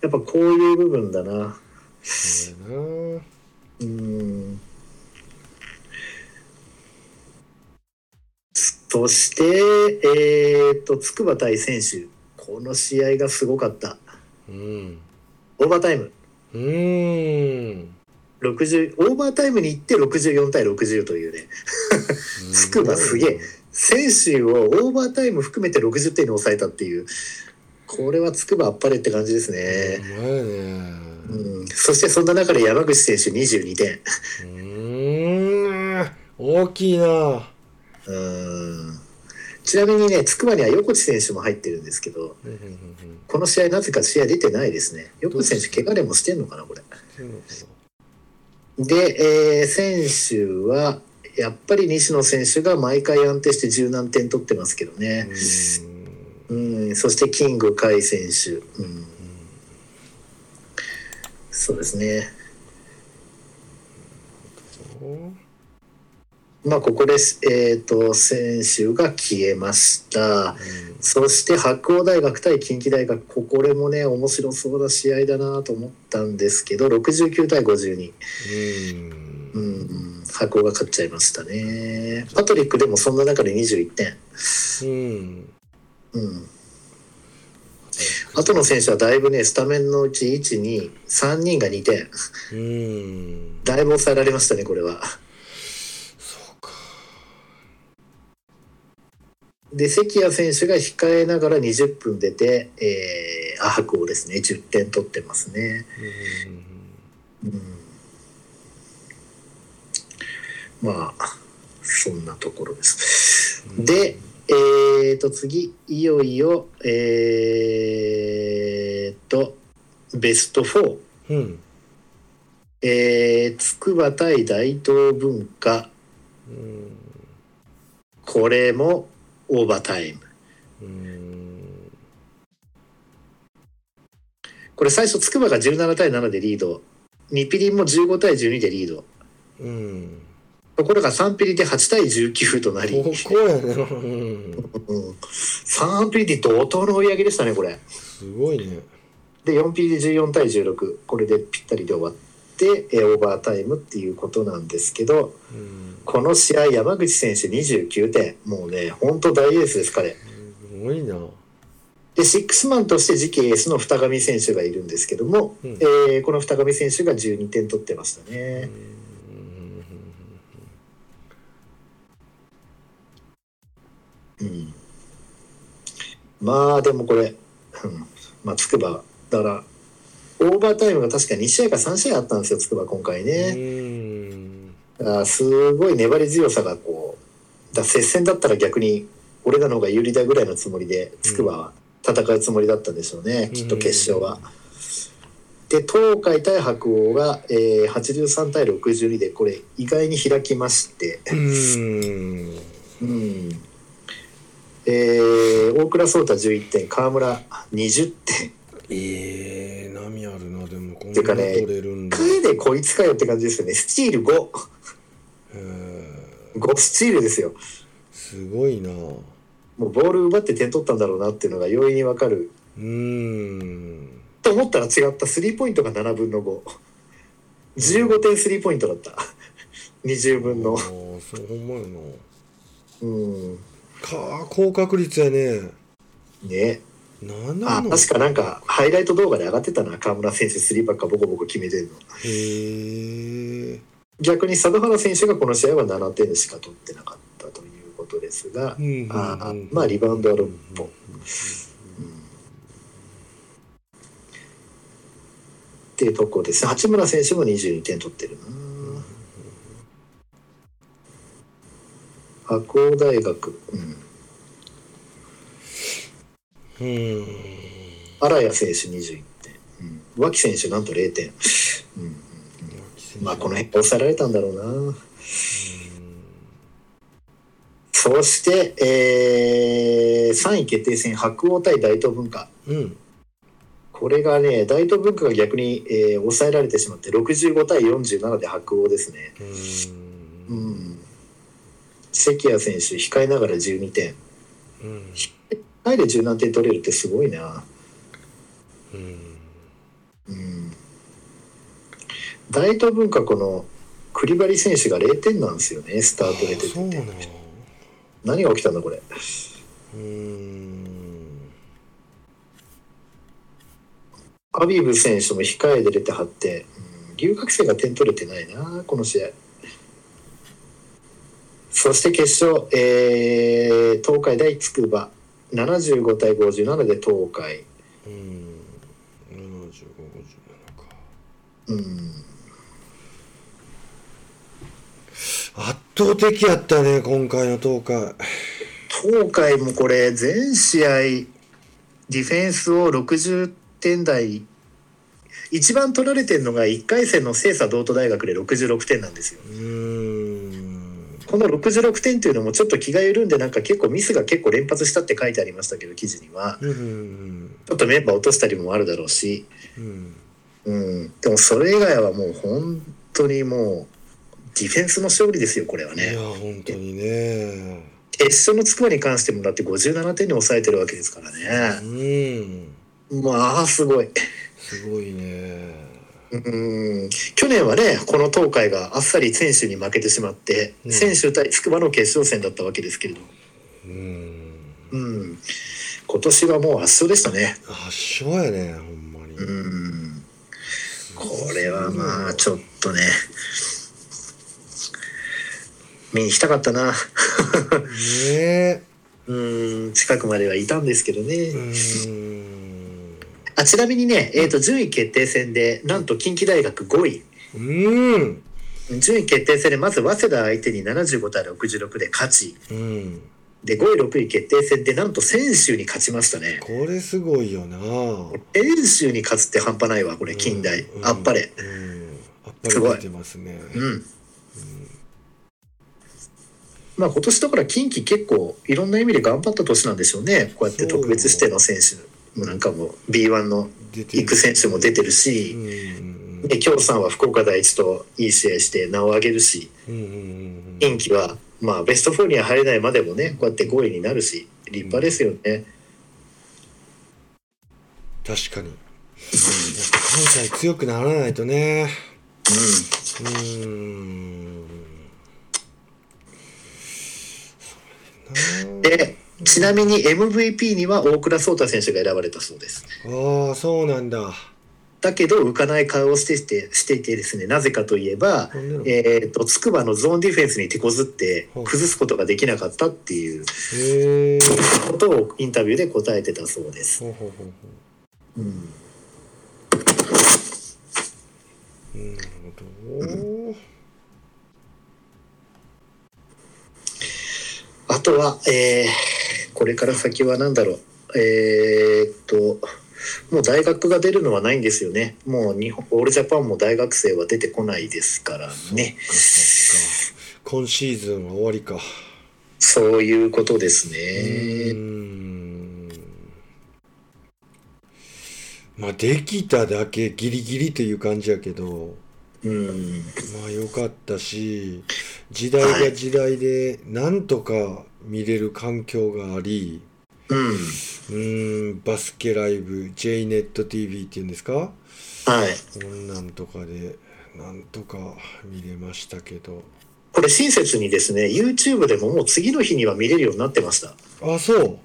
Speaker 3: やっぱこういう部分だな、
Speaker 2: そうやな
Speaker 3: うん。そして、えーっと、筑波対選手、この試合がすごかった、
Speaker 2: うん
Speaker 3: オーバータイム、
Speaker 2: うん
Speaker 3: 60オーバータイムに行って64対60というね、筑波すげえ選手をオーバータイム含めて60点に抑えたっていうこれはつくばあっぱれって感じです
Speaker 2: え
Speaker 3: ね、
Speaker 2: 前
Speaker 3: う
Speaker 2: ね
Speaker 3: んそしてそんな中で山口選手22点
Speaker 2: うん大きいな
Speaker 3: うんちなみにねつくばには横地選手も入ってるんですけど
Speaker 2: うんうんうん
Speaker 3: この試合なぜか試合出てないですね横地選手怪我でもしてんのかなこれ
Speaker 2: うん
Speaker 3: で、えー選手はやっぱり西野選手が毎回安定して十何点取ってますけどね、うん、そしてキング甲斐選手、うん、そうですね、まあ、ここで、えー、と選手が消えました、そして白鴎大学対近畿大学、ここでもね、面白そうな試合だなと思ったんですけど、69対52、
Speaker 2: うん
Speaker 3: うんうん、白鴎が勝っちゃいましたね。パトリックでもそんな中で21点、
Speaker 2: うん
Speaker 3: うん、後の選手はだいぶね、スタメンのうち1、2、3人が2点。
Speaker 2: うん
Speaker 3: だいぶ抑えられましたね、これは。
Speaker 2: そうか
Speaker 3: で、関谷選手が控えながら20分出て、えー、アハクをですね、10点取ってますね。うん、まあ、そんなところです。で、えーと、次、いよいよ、えーと、ベスト4。
Speaker 2: うんうん
Speaker 3: えー、筑波対大東文化。
Speaker 2: うん
Speaker 3: これもオーバータイ
Speaker 2: う
Speaker 3: ム。
Speaker 2: ん
Speaker 3: これ最初、筑波が17対7でリード。2ピリも15対12でリード。
Speaker 2: うん
Speaker 3: ところが3ピリで8対19となり、
Speaker 2: ここやねうん
Speaker 3: うん、3ピリで怒涛の追い上げでしたね、これ。
Speaker 2: すごいね
Speaker 3: で、4ピリで14対16。これでぴったりで終わって、えーオーバータイムっていうことなんですけど、
Speaker 2: うん
Speaker 3: この試合、山口選手29点。もうね、本当大エースです、彼。
Speaker 2: すごいな
Speaker 3: で、シックスマンとして次期エースの二上選手がいるんですけども、
Speaker 2: うん
Speaker 3: えーこの二上選手が12点取ってましたね。うんまあでもこれ、うん、まあ筑波だからオーバータイムが確か2試合か3試合あったんですよ筑波今回ね、
Speaker 2: うん
Speaker 3: あーすごい粘り強さがこうだ接戦だったら逆に俺らの方が有利だぐらいのつもりで筑波は戦うつもりだったんでしょうね、きっと決勝は。で東海対白鴎が、えー83対62でこれ意外に開きまして。
Speaker 2: うん
Speaker 3: うんえー大倉颯太11点河村20点
Speaker 2: ええ波あるなでもこんな
Speaker 3: てか
Speaker 2: 取
Speaker 3: ね
Speaker 2: れるんだ
Speaker 3: 彼でこいつかよって感じですよねスチール55
Speaker 2: へえ
Speaker 3: スチールですよ
Speaker 2: すごいな
Speaker 3: もうボール奪って点取ったんだろうなっていうのが容易にわかる
Speaker 2: うん
Speaker 3: と思ったら違ったスリーポイントが7分の515点スリーポイントだった20分
Speaker 2: あ
Speaker 3: の
Speaker 2: ーそうほんまやな
Speaker 3: うん
Speaker 2: か高確率やね
Speaker 3: ね
Speaker 2: う何な
Speaker 3: あ
Speaker 2: の
Speaker 3: 確かなんかハイライト動画で上がってたな河村選手スリーばっかボコボコ決めてるの
Speaker 2: へえ
Speaker 3: 逆に佐原選手がこの試合は7点しか取ってなかったということですが、
Speaker 2: うんうんうん
Speaker 3: あーまあリバウンドは6本、っていうとこですね八村選手も22点取ってるな、白鴎大学、うん、
Speaker 2: うん
Speaker 3: 荒谷選手21点、うん、脇選手なんと0点、うん、まあこの辺が抑えられたんだろうなそして、えー、3位決定戦白鴎対大東文化
Speaker 2: うん
Speaker 3: これがね大東文化が逆に、えー抑えられてしまって65対47で白鴎ですね
Speaker 2: うん
Speaker 3: うん関谷選手控えながら12点
Speaker 2: うん
Speaker 3: 控えで17点取れるってすごいな
Speaker 2: うん
Speaker 3: うん大東文化この栗張選手が0点なんですよねスタートで出
Speaker 2: あそう
Speaker 3: て
Speaker 2: な
Speaker 3: て
Speaker 2: の
Speaker 3: 何が起きたんだこれ
Speaker 2: うん
Speaker 3: アビーブ選手も控えで出てはって、うん、留学生が点取れてないな、この試合。そして決勝、えー東海大筑波、75対57で東海。
Speaker 2: うん7557か
Speaker 3: うん、
Speaker 2: 圧倒的やったね今回の東海
Speaker 3: 東海もこれ、全試合、ディフェンスを60点台、一番取られてるのが1回戦の精査道都大学で66点なんですよ。
Speaker 2: うん
Speaker 3: この66点というのもちょっと気が緩んでなんか結構ミスが結構連発したって書いてありましたけど記事には
Speaker 2: うんうん
Speaker 3: ちょっとメンバー落としたりもあるだろうし、
Speaker 2: うん
Speaker 3: うん、でもそれ以外はもう本当にもうディフェンスの勝利ですよこれはい
Speaker 2: や
Speaker 3: ね
Speaker 2: 本当にね
Speaker 3: 決勝のつくばに関してもだって57点に抑えてるわけですからね
Speaker 2: うん
Speaker 3: まあすごい、
Speaker 2: すごいね
Speaker 3: うん、去年はねこの東海があっさり選手に負けてしまって、
Speaker 2: うん
Speaker 3: 選手対つくばの決勝戦だったわけですけれど、
Speaker 2: うん
Speaker 3: うん、今年はもう圧勝でしたね
Speaker 2: 圧勝やねほんまに
Speaker 3: うんこれはまあちょっとね見に行きたかったな
Speaker 2: ね
Speaker 3: うん近くまではいたんですけどね、
Speaker 2: えうん
Speaker 3: あちなみにね、えー、と順位決定戦でなんと近畿大学5位
Speaker 2: うん
Speaker 3: 順位決定戦でまず早稲田相手に75対66で勝ち
Speaker 2: うん
Speaker 3: で5位6位決定戦でなんと専修に勝ちましたね
Speaker 2: これすごいよな
Speaker 3: 専修に勝つって半端ないわこれ近代、
Speaker 2: うん
Speaker 3: あっぱれ
Speaker 2: うんあっ
Speaker 3: す
Speaker 2: ぱ
Speaker 3: ご
Speaker 2: れ
Speaker 3: い
Speaker 2: 出てますね
Speaker 3: うんまあ今年だから近畿結構いろんな意味で頑張った年なんでしょうねこうやって特別指定の選手もなんかも B1 の
Speaker 2: 出て
Speaker 3: 行く選手も出て
Speaker 2: う
Speaker 3: るし、
Speaker 2: んうん
Speaker 3: ね、京さんは福岡第一といい試合して名を上げるし
Speaker 2: うんうんうんうん
Speaker 3: 近畿はまあベスト4には入れないまでもねこうやって5位になるし立派ですよね。
Speaker 2: 確かに関西強くならないとねうーんそう
Speaker 3: うん、
Speaker 2: やねん
Speaker 3: でちなみに MVP には大倉颯太選手が選ばれたそうです。
Speaker 2: なああそうなんだ
Speaker 3: だけど浮かない顔をしてしてしていてですねなぜかといえば
Speaker 2: なんでなの、
Speaker 3: えー、と筑波のゾーンディフェンスに手こずって崩すことができなかったっていう
Speaker 2: へえ
Speaker 3: ことをインタビューで答えてたそうです。
Speaker 2: ほうほうほうほ
Speaker 3: うん
Speaker 2: ううんなるほど
Speaker 3: あとは、えーこれから先は何だろうえーっともう大学が出るのはないんですよねもう日本オールジャパンも大学生は出てこないですからね
Speaker 2: そっか今シーズンは終わりか
Speaker 3: そういうことです
Speaker 2: う
Speaker 3: ね。
Speaker 2: ーんまあできただけギリギリという感じやけど
Speaker 3: うん
Speaker 2: まあ良かったし時代が時代でなんとか見れる環境があり、
Speaker 3: うん
Speaker 2: うーんバスケライブ j ネット t v っていうんですか
Speaker 3: はい
Speaker 2: こんなんとかでなんとか見れましたけど
Speaker 3: これ親切にですね YouTube でももう次の日には見れるようになってました
Speaker 2: あそう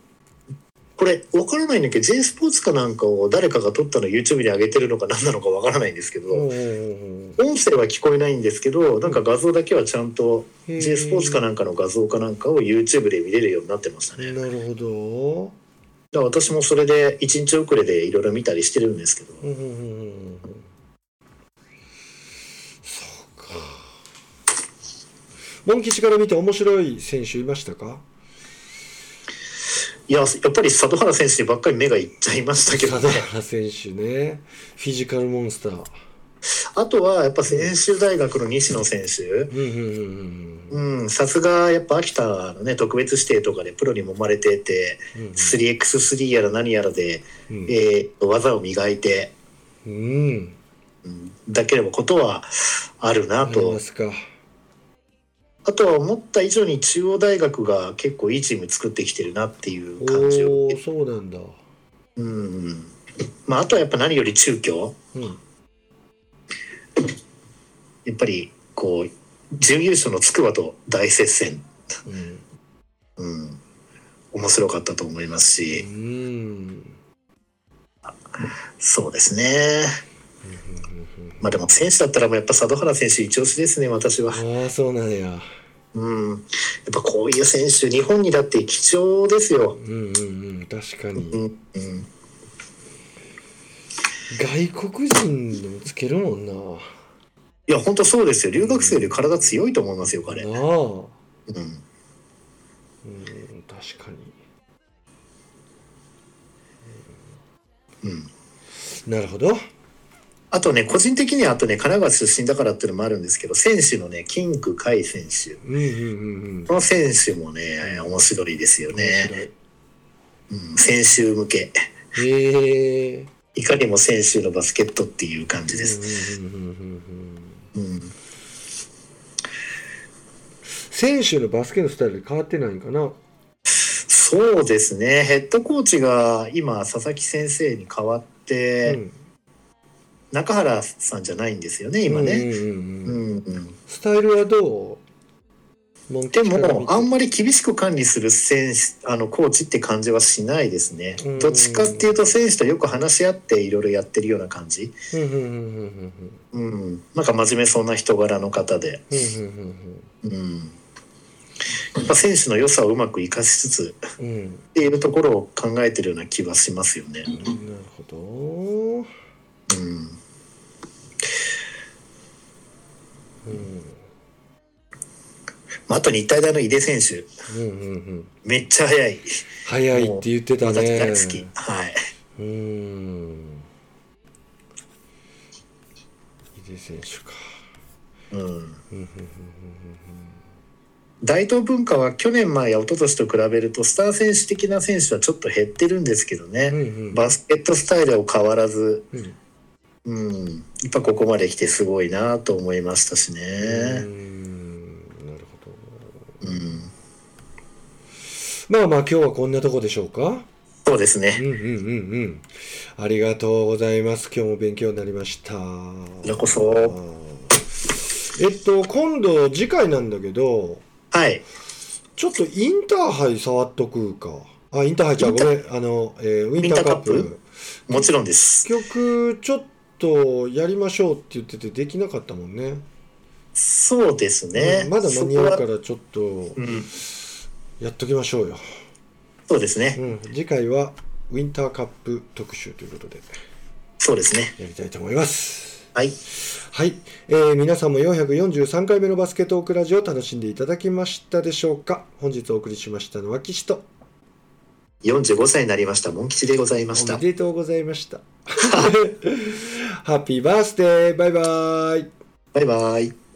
Speaker 3: これ分からないんだけど J スポーツかなんかを誰かが撮ったの YouTube に上げてるのか何なのか分からないんですけど、
Speaker 2: おうおうおう
Speaker 3: 音声は聞こえないんですけどなんか画像だけはちゃんと
Speaker 2: へー
Speaker 3: J スポーツかなんかの画像かなんかを YouTube で見れるようになってましたねだか
Speaker 2: なるほど。
Speaker 3: ら私もそれで1日遅れでいろいろ見たりしてるんですけど
Speaker 2: うんうんうんうんそうか。モン吉から見て面白い選手いましたか
Speaker 3: いややっぱり里原選手にばっかり目がいっちゃいましたけど
Speaker 2: 佐
Speaker 3: ね
Speaker 2: 原選手ね。フィジカルモンスター。
Speaker 3: あとはやっぱ専修大学の西野選手
Speaker 2: うんうんうん
Speaker 3: うんさすがやっぱ秋田のね特別指定とかでプロに揉まれてて
Speaker 2: うん
Speaker 3: 3x3 やら何やらで、
Speaker 2: うんうん
Speaker 3: えー技を磨いて
Speaker 2: うん。
Speaker 3: うんだければことはあるな
Speaker 2: あり
Speaker 3: と
Speaker 2: ますか。
Speaker 3: あとは思った以上に中央大学が結構いいチーム作ってきてるなっていう感じを
Speaker 2: おお、そうなんだ。う
Speaker 3: うんまあ、あとはやっぱ何より中京
Speaker 2: ん。
Speaker 3: やっぱりこう準優勝の筑波と大接戦、
Speaker 2: うん。
Speaker 3: うん、面白かったと思います
Speaker 2: う
Speaker 3: し
Speaker 2: ん。
Speaker 3: そうですねまあでも選手だったらもうやっぱ佐渡原選手一押しですね私は、
Speaker 2: ああ、そうなんや。
Speaker 3: うん、やっぱこういう選手日本にだって貴重ですよ
Speaker 2: う、んうんうん。確かに。
Speaker 3: うんうん、
Speaker 2: 外国人でもつけるもんな。ない
Speaker 3: や本当そうですよ留学生より体強いと思いますよ
Speaker 2: あ。
Speaker 3: 彼、
Speaker 2: う、
Speaker 3: うんん
Speaker 2: 確かに。
Speaker 3: うん、
Speaker 2: なるほど。
Speaker 3: あとね、個人的にはあとね、神奈川出身だからっていうのもあるんですけど、選手のね、キンク海選手。
Speaker 2: うんうんうんうん。
Speaker 3: この選手もね、面白いですよね。うん、選手向け。
Speaker 2: 面白い。へえ。
Speaker 3: いかにも選手のバスケットっていう感じです。
Speaker 2: うんうんうんうんうん
Speaker 3: うん、
Speaker 2: 選手のバスケのスタイル変わってないんかな。
Speaker 3: そうですね、ヘッドコーチが今、佐々木先生に代わって、
Speaker 2: うん
Speaker 3: 中原さんじゃないんですよね、今ね。
Speaker 2: うんうん
Speaker 3: う
Speaker 2: うんうん
Speaker 3: んうん
Speaker 2: スタイルはどうモン
Speaker 3: で
Speaker 2: 吉から
Speaker 3: も
Speaker 2: 見、て
Speaker 3: あんまり厳しく管理する選手あのコーチって感じはしないですね
Speaker 2: うん。
Speaker 3: どっちかっていうと、選手とよく話し合っていろいろやってるような感じ。
Speaker 2: うんうんうんうんうんうん
Speaker 3: うん、なんか真面目そうな人柄の方で、
Speaker 2: うんうんうん
Speaker 3: うん、やっぱ選手の良さをうまく生かしつつっ
Speaker 2: うんうん。
Speaker 3: ていうところを考えてるような気はしますよね。
Speaker 2: なるほ
Speaker 3: うん、
Speaker 2: ど。うん
Speaker 3: まああと日体大の井出選手
Speaker 2: うんうんうん。
Speaker 3: めっちゃ速い
Speaker 2: 早いって言ってた
Speaker 3: 私
Speaker 2: ね。
Speaker 3: 大好き、はい、
Speaker 2: うーん。井出選手か。
Speaker 3: うん、
Speaker 2: うんうんうん
Speaker 3: 大東文化は去年前や一昨年と比べるとスター選手的な選手はちょっと減ってるんですけど
Speaker 2: うん
Speaker 3: ね、
Speaker 2: うん
Speaker 3: バスケットスタイルは変わらず、
Speaker 2: うんうん
Speaker 3: うん、やっぱここまで来てすごいなと思いましたしね。
Speaker 2: うーんなるほど。
Speaker 3: うん
Speaker 2: まあまあ今日はこんなとこでしょうか。
Speaker 3: そうですね、
Speaker 2: うんうんうんうん。ありがとうございます。今日も勉強になりました。
Speaker 3: こちらこそ。
Speaker 2: えっと今度次回なんだけど、
Speaker 3: はい。
Speaker 2: ちょっとインターハイ触っとくか。あインターハイじゃう
Speaker 3: イン
Speaker 2: ご
Speaker 3: タ
Speaker 2: めんあの、えーウィンターカッ
Speaker 3: ウィンターカッ
Speaker 2: プ
Speaker 3: プ。もちろんです。
Speaker 2: 結局ちょっとやりましょうって言っててできなかったもんね、
Speaker 3: そうですね。
Speaker 2: うんまだ間に合う
Speaker 3: そ
Speaker 2: か
Speaker 3: こは
Speaker 2: らちょっと
Speaker 3: うん。
Speaker 2: やっときましょうよ、
Speaker 3: そうです
Speaker 2: う
Speaker 3: ね。
Speaker 2: ん、次回はウィンターカップ特集ということで
Speaker 3: そうですね。
Speaker 2: やりたいと思います
Speaker 3: はい。
Speaker 2: はい、えー皆さんも443回目のバスケットオークラジオを楽しんでいただきましたでしょうか本日お送りしましたのは岸と
Speaker 3: 45歳になりました。モン吉でございまし
Speaker 2: お
Speaker 3: た
Speaker 2: め。でとうございました ハッピーバースデーバイバイ
Speaker 3: バイバイ。